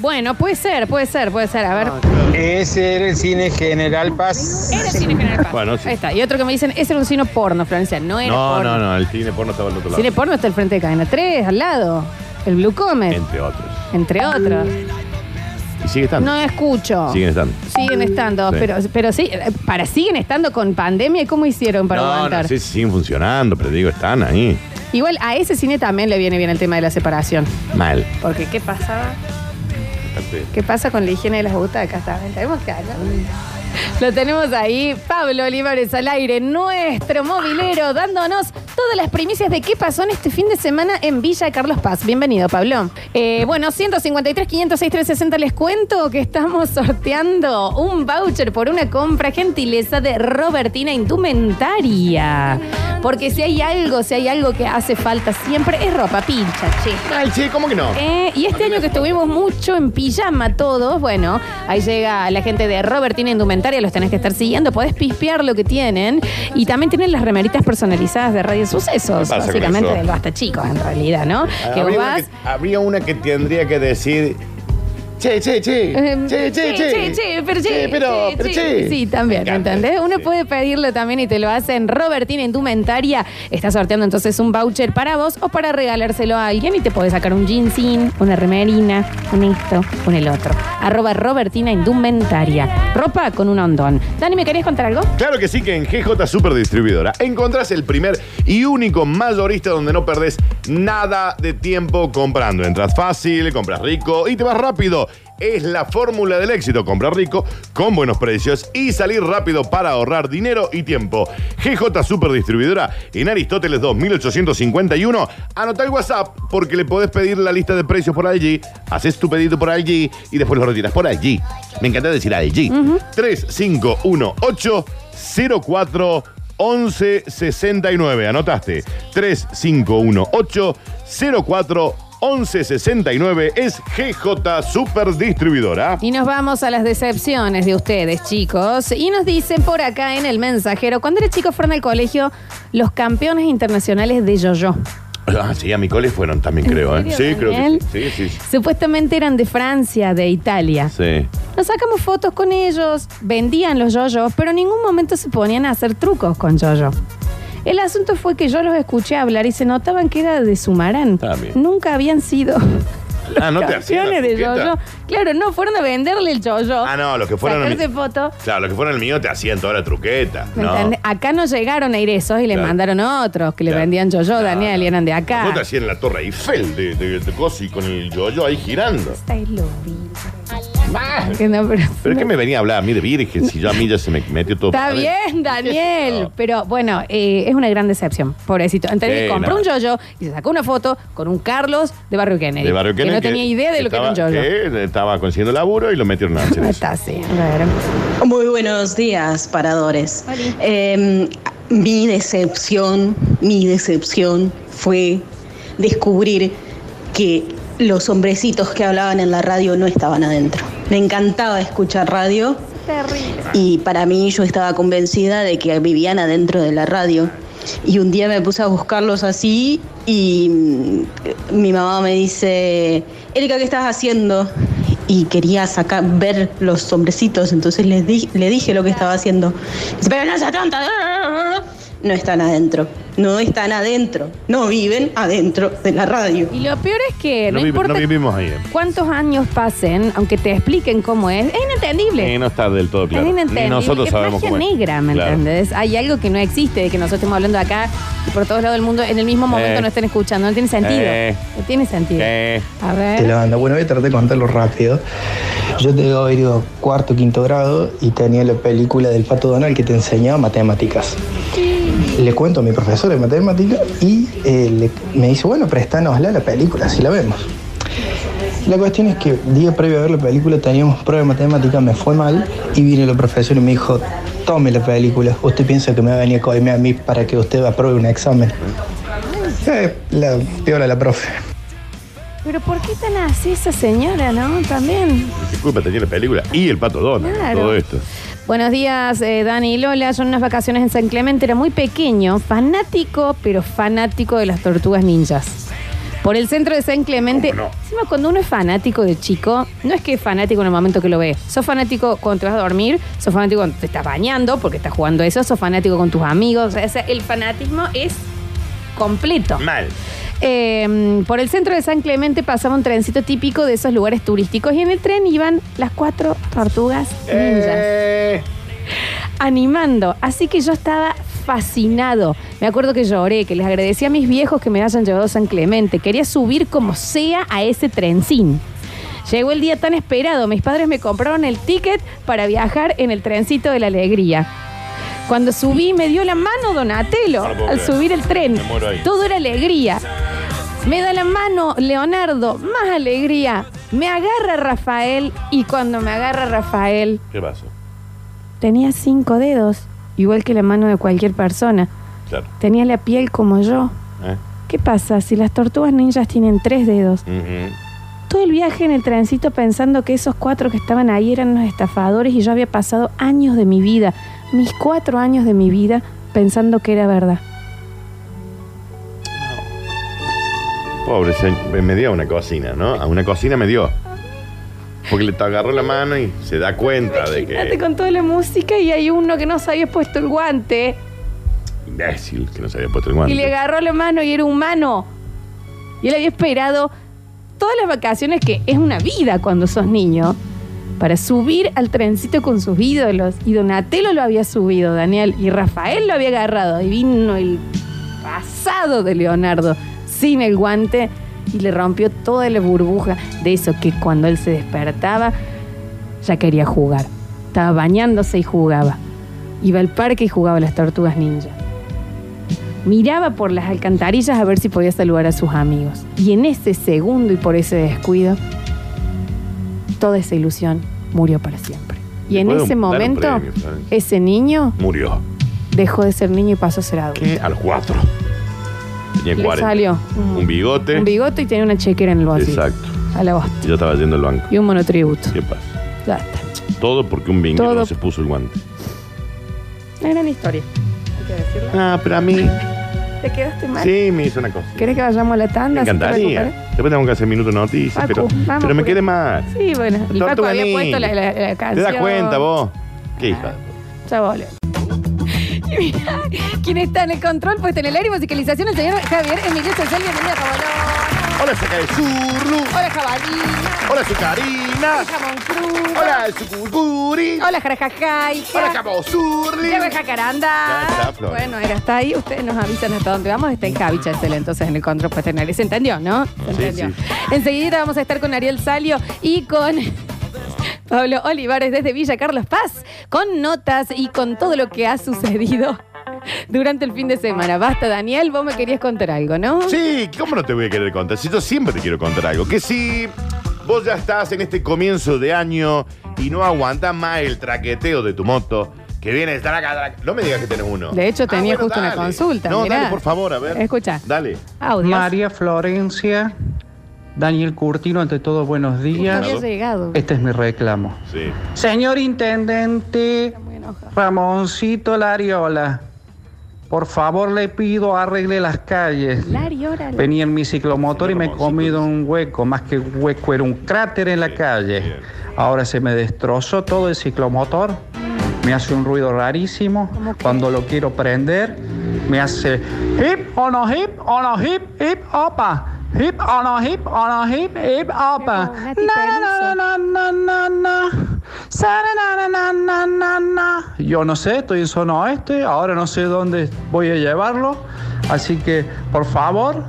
Bueno, puede ser, puede ser, puede ser. A ver. Ese era el cine General Paz. Era cine General Paz. Bueno, sí. Ahí está. Y otro que me dicen, ese era un cine porno, Florencia. No era No, porno. no, no, el cine porno estaba al otro lado. Cine porno está al frente de Cadena 3, al lado. El Blue Comet, Entre otros. entre otros. Y sigue estando. No escucho. Siguen estando. Siguen estando, Sí. pero, pero sí, eh, para siguen estando con pandemia, ¿y ¿cómo hicieron para no, aguantar? no sé si siguen funcionando, pero digo, están ahí. Igual a ese cine también le viene bien el tema de la separación. Mal. Porque ¿qué pasaba? ¿Qué pasa con la higiene de las butacas también? Tenemos que hablar. Lo tenemos ahí, Pablo Olivares al aire, nuestro movilero, dándonos todas las primicias de qué pasó en este fin de semana en Villa Carlos Paz. Bienvenido, Pablo. Eh, bueno, 153, 506, 360, les cuento que estamos sorteando un voucher por una compra gentileza de Robertina Indumentaria. Porque si hay algo, si hay algo que hace falta siempre, es ropa pincha, che. Mal, che, ¿cómo que no? Eh, y este año que estuvimos mucho en pijama todos, bueno, ahí llega la gente de Robertina Indumentaria, los tenés que estar siguiendo, podés pispear lo que tienen. Y también tienen las remeritas personalizadas de Radio Sucesos, ¿Qué pasa con básicamente eso? del Basta Chicos, en realidad, ¿no? Que vos Ah, habría, una vas... que, habría una que tendría que decir. Che, che, che. Eh, Che, che, che. che, che, pero che, pero, che, pero che. che. Sí, también, Me encanta. ¿entendés? Uno Sí. puede pedirlo también y te lo hacen. Robertina Indumentaria está sorteando entonces un voucher para vos o para regalárselo a alguien y te podés sacar un jeansin, una remerina, un esto, un el otro. Arroba Robertina Indumentaria. Ropa con un hondón. Dani, ¿me querés contar algo? Claro que sí que en GJ Super Distribuidora encontrás el primer y único mayorista donde no perdés nada de tiempo comprando. Entras fácil, compras rico y te vas rápido. Es la fórmula del éxito, comprar rico con buenos precios y salir rápido para ahorrar dinero y tiempo. GJ Super Distribuidora en Aristóteles 2851. Anota el WhatsApp porque le podés pedir la lista de precios por allí, haces tu pedido por allí y después lo retiras por allí. Me encanta decir allí. 3518 04 1169. Anotaste. 3518 04 1169 es GJ Super Distribuidora. Y nos vamos a las decepciones de ustedes, chicos. Y nos dicen por acá en el mensajero, cuando era chico fueron al colegio los campeones internacionales de yo-yo. Ah, sí, a mi cole fueron también, creo. ¿eh? serio, Sí, creo Daniel? que sí. Sí, sí. Supuestamente eran de Francia, de Italia. Sí. Nos sacamos fotos con ellos, vendían los yoyos, pero en ningún momento se ponían a hacer trucos con yoyo. El asunto fue que yo los escuché hablar y se notaban que era de Sumarán. Ah, bien. Nunca habían sido Ah, no te hacían la campeones de etiqueta. yoyo. Claro, no, fueron a venderle el yoyo. Ah, no, los que fueron a Sacarse mi- foto. Claro, los que fueron el mío te hacían toda la truqueta. ¿me No. entendés? Acá no llegaron a ir esos y le Claro. mandaron otros que le Claro. vendían yoyo, No, Daniel, no. y eran de acá. Nosotros hacían la Torre Eiffel de, de, de coso y con el yoyo ahí girando. Ay, lo vi. Que no, pero- Pero es que me venía a hablar a mí de virgen, si yo a mí ya se me metió todo. Está bien, Daniel. Pero bueno, eh, es una gran decepción, pobrecito. Entonces Sí, compró no. un yoyo y se sacó una foto con un Carlos de Barrio Kennedy. De Barrio Kennedy, Que no tenía idea de lo que era un estaba- yoyo. que estaba consiguiendo laburo y lo metieron a hacer No eso. está así. claro. Muy buenos días, paradores. Oli. Eh, mi decepción, mi decepción fue descubrir que los hombrecitos que hablaban en la radio no estaban adentro. Me encantaba escuchar radio y para mí yo estaba convencida de que vivían adentro de la radio. Y un día me puse a buscarlos así y mm, mi mamá me dice, Erika, ¿qué estás haciendo? Y quería sacar, ver los hombrecitos, entonces les di- le dije lo que estaba haciendo. Dice, pero no seas tonta. No están adentro, no están adentro, no viven adentro de la radio. Y lo peor es que no, No, vi- importa no vivimos ahí. eh. cuántos años pasen, aunque te expliquen cómo es, es inentendible. Eh, no está del todo claro. Es Ni inentendible. nosotros es sabemos magia cómo es. negra, ¿me Claro. entendés? Hay algo que no existe, de que nosotros estemos hablando acá y por todos lados del mundo en el mismo momento Eh. no estén escuchando. No tiene sentido. Eh. No tiene sentido. Eh. A de ver. la banda. Bueno, voy a tratar de contarlo rápido. Yo te debo haber ido cuarto, quinto grado y tenía la película del Pato Donald que te enseñaba matemáticas. Le cuento a mi profesor de matemáticas y eh, le- me dice, bueno, préstanosla la película, así la vemos. La cuestión es que día previo a ver la película teníamos prueba de matemática, me fue mal y vino la profesora y me dijo, tome la película, usted piensa que me va a venir a comerme a mí para que usted apruebe un examen. Eh, la peor a la profe. Pero ¿por qué tan así esa señora, no? También. ¿Qué culpa tenía la película? Y el pato Donald. Claro. Todo esto. Buenos días, eh, Dani y Lola. Yo en unas vacaciones en San Clemente era muy pequeño, fanático, pero fanático de las tortugas ninjas. Por el centro de San Clemente. ¿Cómo no? Encima, cuando uno es fanático de chico, no es que es fanático en el momento que lo ve. Sos fanático cuando te vas a dormir, sos fanático cuando te estás bañando porque estás jugando eso, sos fanático con tus amigos. O sea, el fanatismo es completo. Mal. Eh, por el centro de San Clemente pasaba un trencito típico de esos lugares turísticos y en el tren iban las cuatro tortugas ninjas Eh, animando. Así que yo estaba fascinado. Me acuerdo que lloré, que les agradecí a mis viejos que me hayan llevado a San Clemente. Quería subir como sea a ese trencín. Llegó el día tan esperado. Mis padres me compraron el ticket para viajar en el trencito de la alegría. Cuando subí me dio la mano Donatello No lo puedo al creer. subir el tren. Me muero ahí. Todo era alegría. Me da la mano Leonardo, más alegría. Me agarra Rafael y cuando me agarra Rafael ¿Qué pasó? Tenía cinco dedos, igual que la mano de cualquier persona. Claro. Tenía la piel como yo. Eh. ¿Qué pasa si las tortugas ninjas tienen tres dedos? Ujú. Todo el viaje en el trencito pensando que esos cuatro que estaban ahí eran los estafadores y yo había pasado años de mi vida, mis cuatro años de mi vida, pensando que era verdad. Pobre, se- me dio a una cocina, ¿no? A una cocina me dio. Porque le agarró la mano y se da cuenta de Imagínate que. con toda la música y hay uno que no se había puesto el guante Imbécil, que no se había puesto el guante. y le agarró la mano y era humano. Y él había esperado todas las vacaciones, que es una vida cuando sos niño, para subir al trencito con sus ídolos. Y Donatello lo había subido, Daniel, y Rafael lo había agarrado. Y vino el pasado de Leonardo sin el guante y le rompió toda la burbuja de eso que cuando él se despertaba ya quería jugar. Estaba bañándose y jugaba. Iba al parque y jugaba a las tortugas ninja. Miraba por las alcantarillas a ver si podía saludar a sus amigos. Y en ese segundo y por ese descuido, toda esa ilusión murió para siempre. Y ¿Le en puedo ese dar un momento, premio, Florencia? ese niño Murió. dejó de ser niño y pasó a ser adulto. ¿Qué? A los cuatro. Tenía Le 40. salió un, Un bigote. un bigote y tenía una chequera en el bolsillo. Exacto. A la voz. Yo estaba yendo al banco. Y un monotributo. ¿Qué pasa? Ya está. Todo porque un vinguero Todo. no se puso el guante. Una gran historia. Hay que decirlo. Ah, pero a mí. ¿Te quedaste mal? Sí, me hizo una cosa. ¿Querés que vayamos a la Me tanda? ¿Se te encantaría. recupera? Después tengo que hacer minuto noticias, Facu, pero, vamos, pero me porque- quedé mal. Sí, bueno. El Paco Tortuga había Ninja. puesto la, la- la ¿Te canción. das cuenta vos? ¿Qué hija? Ya volvemos. Y mirá, ¿Quién está en el control? Pues en el aire y musicalización, el señor Javier Emilio Social. Bienvenido, Jabalón. Hola, saca de Zurlu. Hola, Jabalina. Hola, su Karina. Hola, Jamón Cruz. Hola, su Curcuri. Hola, Jarajajai. Hola, Cabo Zurli. Ya ve Jacaranda. Ya está, Flor. Bueno, era hasta ahí. Ustedes nos avisan hasta dónde vamos. Está en Javi Chacel, entonces en el control pues tener. ¿Se entendió, no? Se entendió. Enseguida vamos a estar con Ariel Salio y con Pablo Olivares desde Villa Carlos Paz, con notas y con todo lo que ha sucedido durante el fin de semana. Basta, Daniel, vos me querías contar algo, ¿no? Sí, ¿cómo no te voy a querer contar? Si yo siempre te quiero contar algo. Que si vos ya estás en este comienzo de año y no aguantas más el traqueteo de tu moto, que viene estar acá, No me digas que tenés uno. De hecho, Ah, tenía bueno, justo una dale. consulta, No, mirá. dale, por favor, a ver. Escucha. Dale. Audio. María Florencia, Daniel Curtino, ante todo, buenos días. había llegado. Este es mi reclamo. Sí. Señor Intendente Está muy enojado. Ramoncito Lariola, por favor le pido arregle las calles. Lari, órale. Venía en mi ciclomotor y me he Ramoncito. comido un hueco, más que un hueco, era un cráter en la bien. calle. Ahora se me destrozó todo el ciclomotor, me hace un ruido rarísimo. ¿Cómo que? Cuando lo quiero prender, me hace hip o no hip o no hip, hip opa. Hip o no hip o no hip, hip opa. como una tipa Na, de na, na, na, na, na, Sara, na, na, na, na, na, na. Yo no sé, estoy en zona oeste, ahora no sé dónde voy a llevarlo. Así que, por favor,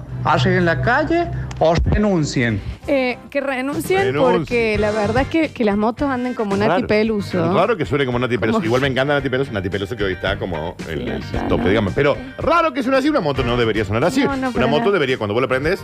en la calle o renuncien. Eh, que renuncien Renuncien. porque la verdad es que, que las motos andan como Nati Raro. Peluso. Raro que suene como Nati Peluso. Como- Igual me encanta Nati Peluso. Nati Peluso que hoy está como en el allá, tope, ¿no? digamos. Pero raro que suene así. Una moto no debería sonar así. No, no, una para moto nada. debería, cuando vos la prendes...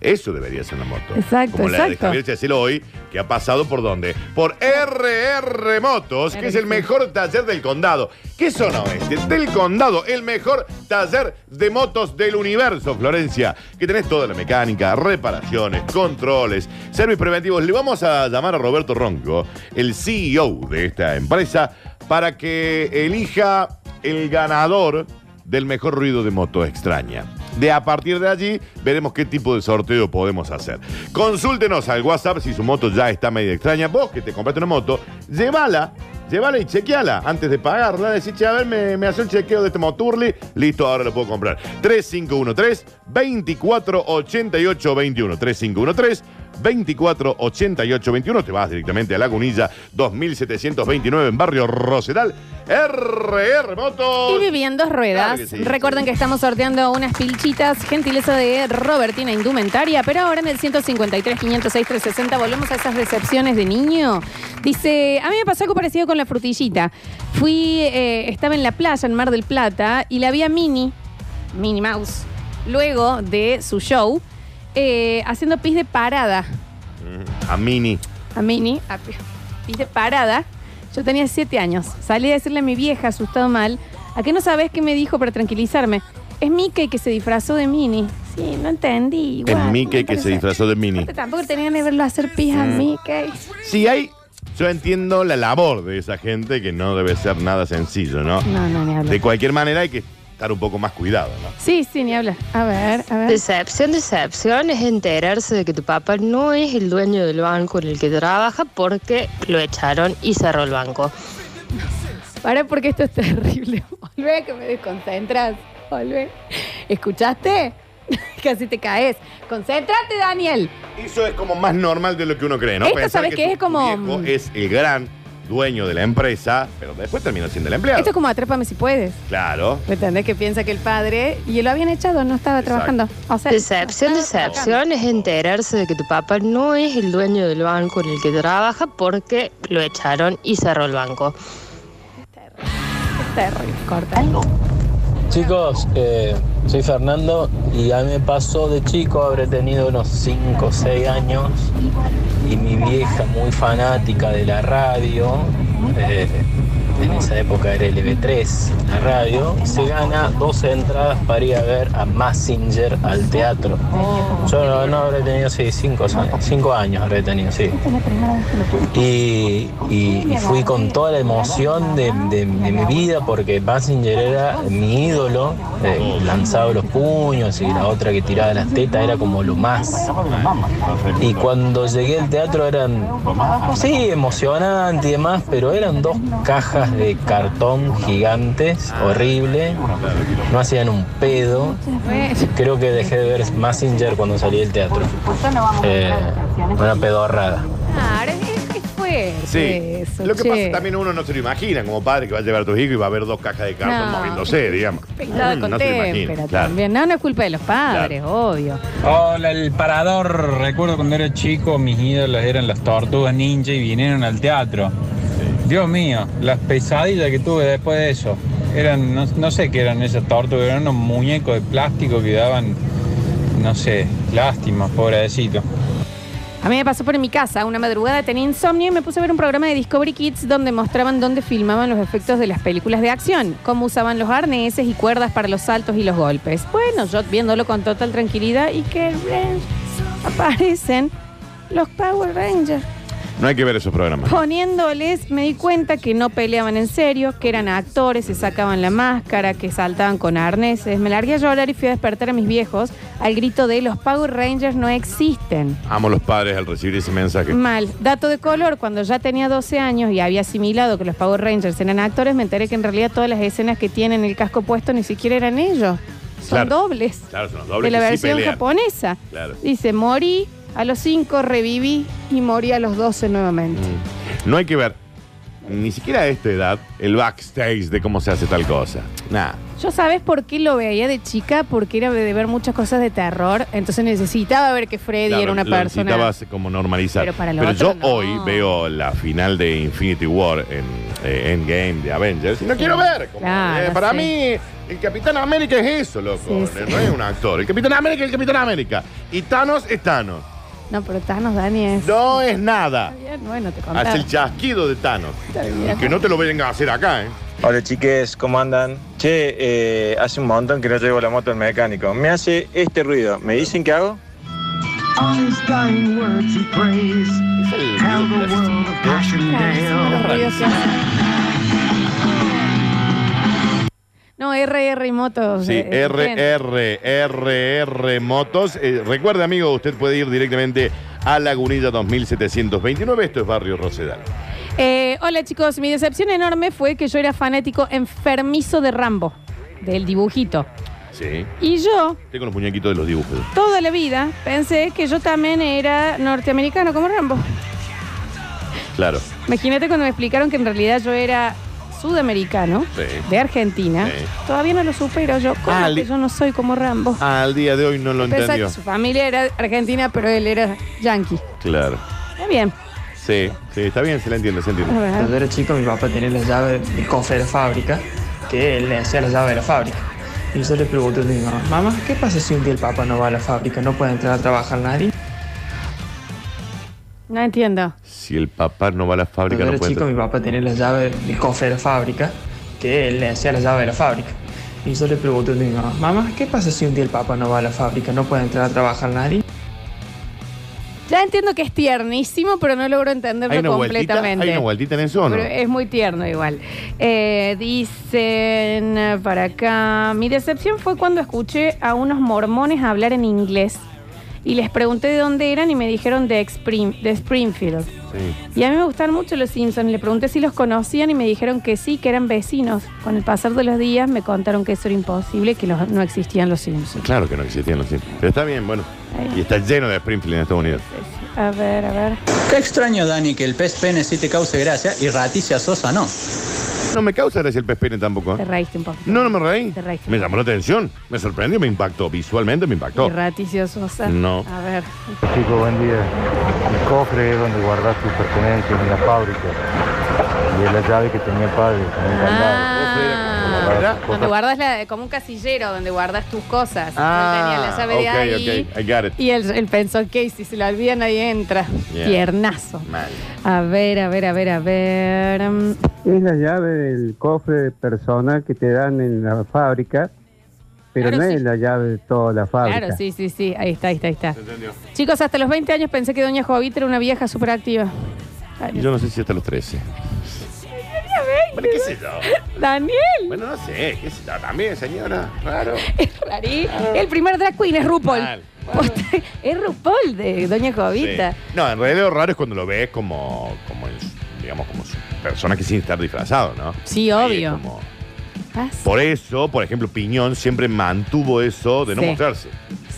Eso debería ser una moto. Exacto, Como la de exacto. Javier Chacelo hoy, que ha pasado por dónde? Por RR Motos, que es el mejor taller del condado. ¿Qué zona oeste? Del condado, el mejor taller de motos del universo, Florencia. Que tenés toda la mecánica, reparaciones, controles, servicios preventivos. Le vamos a llamar a Roberto Ronco, el CEO de esta empresa, para que elija el ganador del mejor ruido de moto extraña. De a partir de allí veremos qué tipo de sorteo podemos hacer. Consúltenos al WhatsApp si su moto ya está medio extraña. Vos que te compraste una moto, llévala, llévala y chequeala antes de pagarla. Decís, che, a ver, me, me hace un chequeo de este moturli. Listo, ahora lo puedo comprar. 3513-248821. 3513 248821. Te vas directamente a Lagunilla 2729 en Barrio Rosedal. RR Y Motos. vivían dos ruedas. Claro que sí. Recuerden que estamos sorteando unas pilchitas, gentileza de Robertina Indumentaria, pero ahora en el 153, 506, 360 volvemos a esas decepciones de niño. Dice, a mí me pasó algo parecido con la frutillita. Fui, eh, estaba en la playa, en Mar del Plata, y la vi a Mini, Minnie Mouse, luego de su show, eh, haciendo pis de parada. A Mini. a Mini, a pi- pis de parada. Yo tenía siete años. Salí a decirle a mi vieja, asustado mal, ¿a qué no sabes qué me dijo para tranquilizarme? Es Mickey que se disfrazó de Mini. Sí, no entendí. El guau, Mickey no que se parece. disfrazó de Mm. Mini. Aparte, Tampoco tenían que verlo hacer pis a Mickey. Si hay. Yo entiendo la labor de esa gente que no debe ser nada sencillo, ¿no? No, no, ni De hablar. cualquier manera hay que estar un poco más cuidado, ¿no? Sí, sí, ni hablar. A ver, a ver. Decepción, decepción es enterarse de que tu papá no es el dueño del banco en el que trabaja porque lo echaron y cerró el banco. Para porque esto es terrible. Volvé que me desconcentras. Volvé. ¿Escuchaste? Casi te caes. Concéntrate, Daniel. Eso es como más normal de lo que uno cree, ¿no? Esto, ¿sabes qué? su- Es como- mm, tu viejo es el gran dueño de la empresa, pero después termina siendo el empleado. Esto es como atrápame si puedes. Claro. ¿Me entendés? Que piensa que el padre, y lo habían echado, no estaba Exacto. trabajando. O sea, Decepción, no estaba trabajando. decepción es enterarse de que tu papá no es el dueño del banco en el que trabaja porque lo echaron y cerró el banco. Terrible, corta. Chicos, eh, soy Fernando y a mí me pasó de chico, habré tenido unos 5 o 6 años y mi vieja muy fanática de la radio eh, en esa época era el LB3, la radio, se gana dos entradas para ir a ver a Massinger al teatro. Yo no, no habré tenido, sí, cinco, años- cinco años habré tenido, sí. Y, y- y fui con toda la emoción de, de- de mi vida porque Massinger era mi ídolo, eh, lanzaba los puños y la otra que tiraba las tetas era como lo más. Y cuando llegué al teatro eran, sí, emocionante y demás, pero eran dos cajas de cartón gigantes, horrible, no hacían un pedo. Creo que dejé de ver Massinger cuando salí del teatro. Eh, una pedorrada. Claro, es, es fuerte Sí. eso, lo que che. pasa también uno no se lo imagina como padre que va a llevar a tus hijos y va a ver dos cajas de cartón No. moviéndose, digamos. Pecado Mm, con no se lo imagina. témpera Claro. también. No, no es culpa de los padres, obvio. Hola, el parador. Recuerdo cuando era chico, mis ídolos eran las tortugas ninja y vinieron al teatro. Dios mío, las pesadillas que tuve después de eso. Eran, no, no sé qué eran esas tortugas, eran unos muñecos de plástico que daban, no sé, lástima, pobrecito. A mí me pasó por mi casa, una madrugada tenía insomnio y me puse a ver un programa de Discovery Kids donde mostraban dónde filmaban los efectos de las películas de acción, cómo usaban los arneses y cuerdas para los saltos y los golpes. Bueno, yo viéndolo con total tranquilidad y que eh, aparecen los Power Rangers. No hay que ver esos programas. Poniéndoles, me di cuenta que no peleaban en serio, que eran actores, se sacaban la máscara, que saltaban con arneses. Me largué a llorar y fui a despertar a mis viejos al grito de los Power Rangers no existen. Amo los padres al recibir ese mensaje. Mal. Dato de color, cuando ya tenía 12 años y había asimilado que los Power Rangers eran actores, me enteré que en realidad todas las escenas que tienen el casco puesto ni siquiera eran ellos. Son Claro. dobles Claro, son los de dobles la que sí versión pelean. japonesa. Claro. Dice, morí a los 5, reviví y morí a los 12 nuevamente. Mm. No hay que ver, ni siquiera a esta edad, el backstage de cómo se hace tal cosa. Nada. Yo sabes por qué lo veía de chica, porque era de ver muchas cosas de terror, entonces necesitaba ver que Freddy Claro, era una lo persona. necesitabas como normalizar. Pero para lo otro, yo no. hoy veo la final de Infinity War en eh, Endgame de Avengers y no Sí. quiero ver. como, Claro, eh, para sí. mí, el Capitán América es eso, loco. Sí, sí. No es un actor. El Capitán América es el Capitán América. Y Thanos es Thanos. No, pero Thanos Dani es. No es nada. Bien, bueno, te contaba. Hace el chasquido de Thanos. Y que no te lo vengan a hacer acá, ¿eh? Hola chiques, ¿cómo andan? Che, eh, hace un montón que no llevo la moto al mecánico. Me hace este ruido. ¿Me dicen qué hago? Es el- Ah, No, RR Motos. Sí, eh, eh, bien. RRRR Motos. Eh, recuerde, amigo, usted puede ir directamente a Lagunilla 2729. Esto es Barrio Rosedal. Eh, hola chicos, mi decepción enorme fue que yo era fanático enfermizo de Rambo, del dibujito. Sí. Y yo, Tengo los muñequitos de los dibujos. toda la vida, pensé que yo también era norteamericano como Rambo. Claro. Imagínate cuando me explicaron que en realidad yo era sudamericano, Sí. de Argentina. Sí. Todavía no lo supero yo, como Ah, que li- yo no soy como Rambo. Al día de hoy no lo Pensaba entendió. que su familia era argentina, pero él era yankee. Claro. Está bien. Sí, sí, está bien, se la entiende, se es entiende. verdad. Cuando era chico, mi papá tenía la llave del cofre de la fábrica, que él le hacía la llave de la fábrica. Y yo le pregunté a mi mamá, mamá, ¿qué pasa si un día el papá no va a la fábrica? ¿No puede entrar a trabajar nadie? No entiendo. Si el papá no va a la Cuando fábrica, no era puede. chico, mi entrar. papá tenía la llave del cofre de la fábrica, que él le hacía la llave de la fábrica. Y yo le pregunté a mi mamá, mamá, ¿qué pasa si un día el papá no va a la fábrica? ¿No puede entrar a trabajar nadie? Ya entiendo que es tiernísimo, pero no logro entenderlo ¿Hay una, vueltita, completamente. ¿Hay una vueltita en eso o no? Pero eh, es muy tierno igual. Eh, dicen eh, para acá, mi decepción fue cuando escuché a unos mormones hablar en inglés y les pregunté de dónde eran y me dijeron de, Exprim- de Springfield. Sí. Y a mí me gustaron mucho los Simpsons. Le pregunté si los conocían y me dijeron que sí, que eran vecinos. Con el pasar de los días me contaron que eso era imposible, que los- no existían los Simpsons. Claro que no existían los Simpsons. Pero está bien, bueno. Y está lleno de Springfield en Estados Unidos. A ver, a ver. Qué extraño, Dani, que el pez pene sí te cause gracia y Raticia Sosa no. No me causa gracia el pez pene tampoco. Te ¿eh? reíste un poco. No, no me reí. Te reíste. Me llamó la atención. Me sorprendió, me impactó. Visualmente me impactó. Raticio Sosa. No. A ver. Chicos, buen día. El cofre es donde guardas tus pertenencias en la fábrica. Y es la llave que tenía el padre. con el Ah, candado. donde guardas la- como un casillero donde guardas tus cosas. Yo tenía la llave de Ah, ok, ahí. ok, I got it. Y él, él pensó, ok, si se la olvida nadie entra. Yeah. Tiernazo. Mal. A ver, a ver, a ver, a ver. Mm, Es la llave del cofre personal que te dan en la fábrica, pero Claro, no sí. es la llave de toda la fábrica. Claro, sí, sí, sí. Ahí está, ahí está, ahí está. Chicos, hasta los 20 años pensé que Doña Jovita era una vieja súper activa. Y yo no sé si hasta los 13. Bueno, qué sé yo. Daniel. Bueno, no sé, qué sé yo. También, señora. Claro. Es rarí. El primer drag queen es RuPaul. Mal. Es RuPaul de Doña Jovita. Sí. No, en realidad lo raro es cuando lo ves como, como en su- digamos, como su persona que sin estar disfrazado, ¿no? Sí, obvio. Ah, Pasa. Por eso, por ejemplo, Piñón siempre mantuvo eso de no Sí. mostrarse.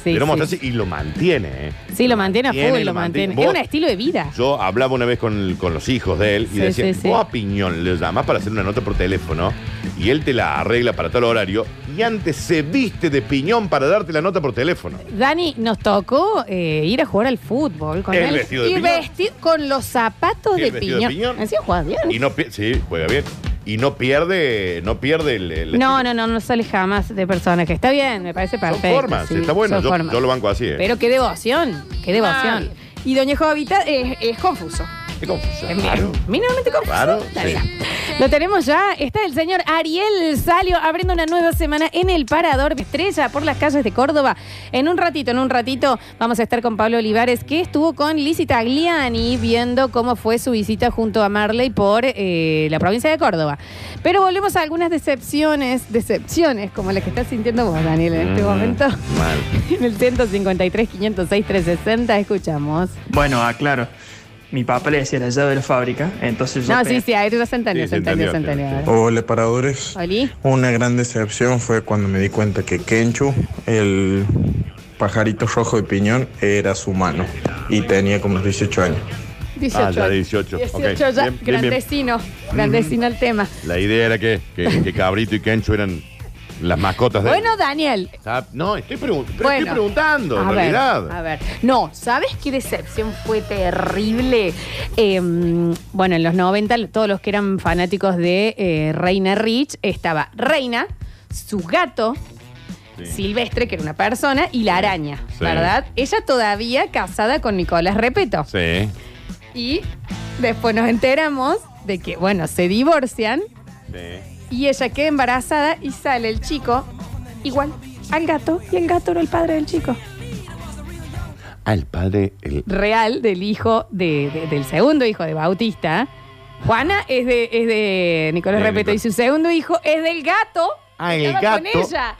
Sí, de sí. no mostrarse y lo mantiene, ¿eh? Sí, lo mantiene a Mantiene, full, lo lo mantiene. mantiene. Vos- Es un estilo de vida. Yo hablaba una vez con, con los hijos de él y Sí, decía, sí, sí. vos a Piñón le llamás para hacer una nota por teléfono y él te la arregla para tal horario y antes se viste de Piñón para darte la nota por teléfono. Dani, nos tocó eh, ir a jugar al fútbol con El él. vestido de y piñón. vestido con los zapatos Sí, de el vestido de piñón. piñón. Encima jugás bien. Y no pier- sí, juega bien. Y no pierde, no pierde el, el- No, no, no, no sale jamás de personaje. Está bien, me parece perfecto. formas, sí, está bueno, son yo, formas. yo lo banco así. eh. Pero qué devoción, qué devoción. Y Doña Jovita es, es confuso. Es confuso. Es mínimamente confuso. Claro, Está sí. bien. Lo tenemos ya. Está el señor Ariel Salio abriendo una nueva semana en el Parador de Estrella por las calles de Córdoba. En un ratito, en un ratito, vamos a estar con Pablo Olivares, que estuvo con Lizzie Tagliani viendo cómo fue su visita junto a Marley por eh, la provincia de Córdoba. Pero volvemos a algunas decepciones, decepciones como la que estás sintiendo vos, Daniel, en este Mm. momento. En el 153, 506, 360, escuchamos. Bueno, aclaro. Mi papá le decía la llave de la fábrica, entonces yo. No, pe- sí, sí, ahí ya se entendió, Sí, se se entendió, se entendió, entendió. Hola, paradores. Oli. Una gran decepción fue cuando me di cuenta que Kenchu, el pajarito rojo de piñón, era su mano y tenía como unos 18 años. 18. Ah, ya 18, 18 ok. ya, Bien, bien, grandecino, grandecino el tema. La idea era que, que- que Cabrito y Kencho eran las mascotas de Bueno, Daniel. Ah, No, estoy, pregun- pero bueno. estoy preguntando, en A ver, realidad. a ver. No, ¿sabes qué decepción fue terrible? Eh, bueno, en los 90, todos los que eran fanáticos de eh, Reina Rich, estaba Reina, su gato, Silvestre, que era una persona, y la araña, Sí. ¿verdad? Ella todavía casada con Nicolás Repeto. Sí. Y después nos enteramos de que, bueno, se divorcian y ella queda embarazada y sale el chico igual al gato y el gato era el padre del chico. Ah, el padre. El... Real del hijo de- de- del segundo hijo de Bautista. Juana es de, es de Nicolás De Repeto y su segundo hijo es del gato. Ah, que el estaba con gato. ella.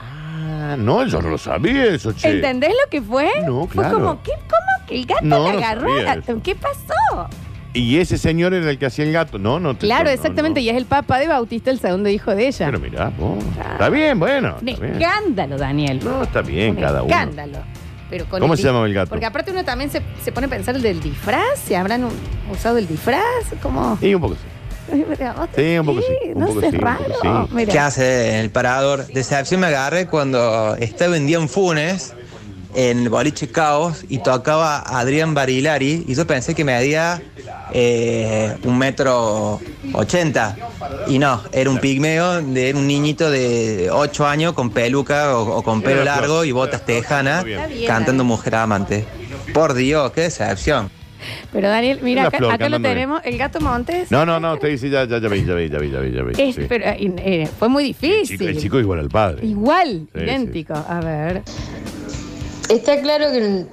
Ah, no, yo no lo sabía eso, che. ¿Entendés lo que fue? No, claro. Fue como, ¿qué, ¿cómo que el gato No, la no agarró? sabía a- ¿Qué pasó? Y ese señor era el que hacía el gato. No, no. te- Claro, no, exactamente. Y es el papá de Bautista, el segundo hijo de ella. no. Mirá, vos. Está bien, bueno. Un Está bien. escándalo, Daniel. No, está bien, cada uno. Escándalo. Pero con ¿Cómo el se di- llamaba el gato? Porque aparte uno también se, se pone a pensar el del disfraz, si habrán u- usado el disfraz, como... Y un poco sí. Sí, un poco sí. No sé, es raro. Mira. ¿Qué hace el parador? Decepción me agarré cuando estaba en día en Funes, en el boliche Caos, y tocaba a Adrián Barilari, y yo pensé que medía eh, un metro ochenta. Y no, era un pigmeo, de, era un niñito de ocho años con peluca o, o con pelo Era largo y botas tejanas, Está bien, cantando Mujer Amante. Por Dios, qué decepción. Pero Daniel, mira, Una acá, flor acá lo cantando bien. tenemos, el gato Montes. No, no, no, te dice ya, ya, ya vi, ya vi, ya vi, ya vi. ya vi, Es- sí. pero, eh, eh, fue muy difícil. El chico igual al padre. Igual, Sí, idéntico. A ver. Está claro que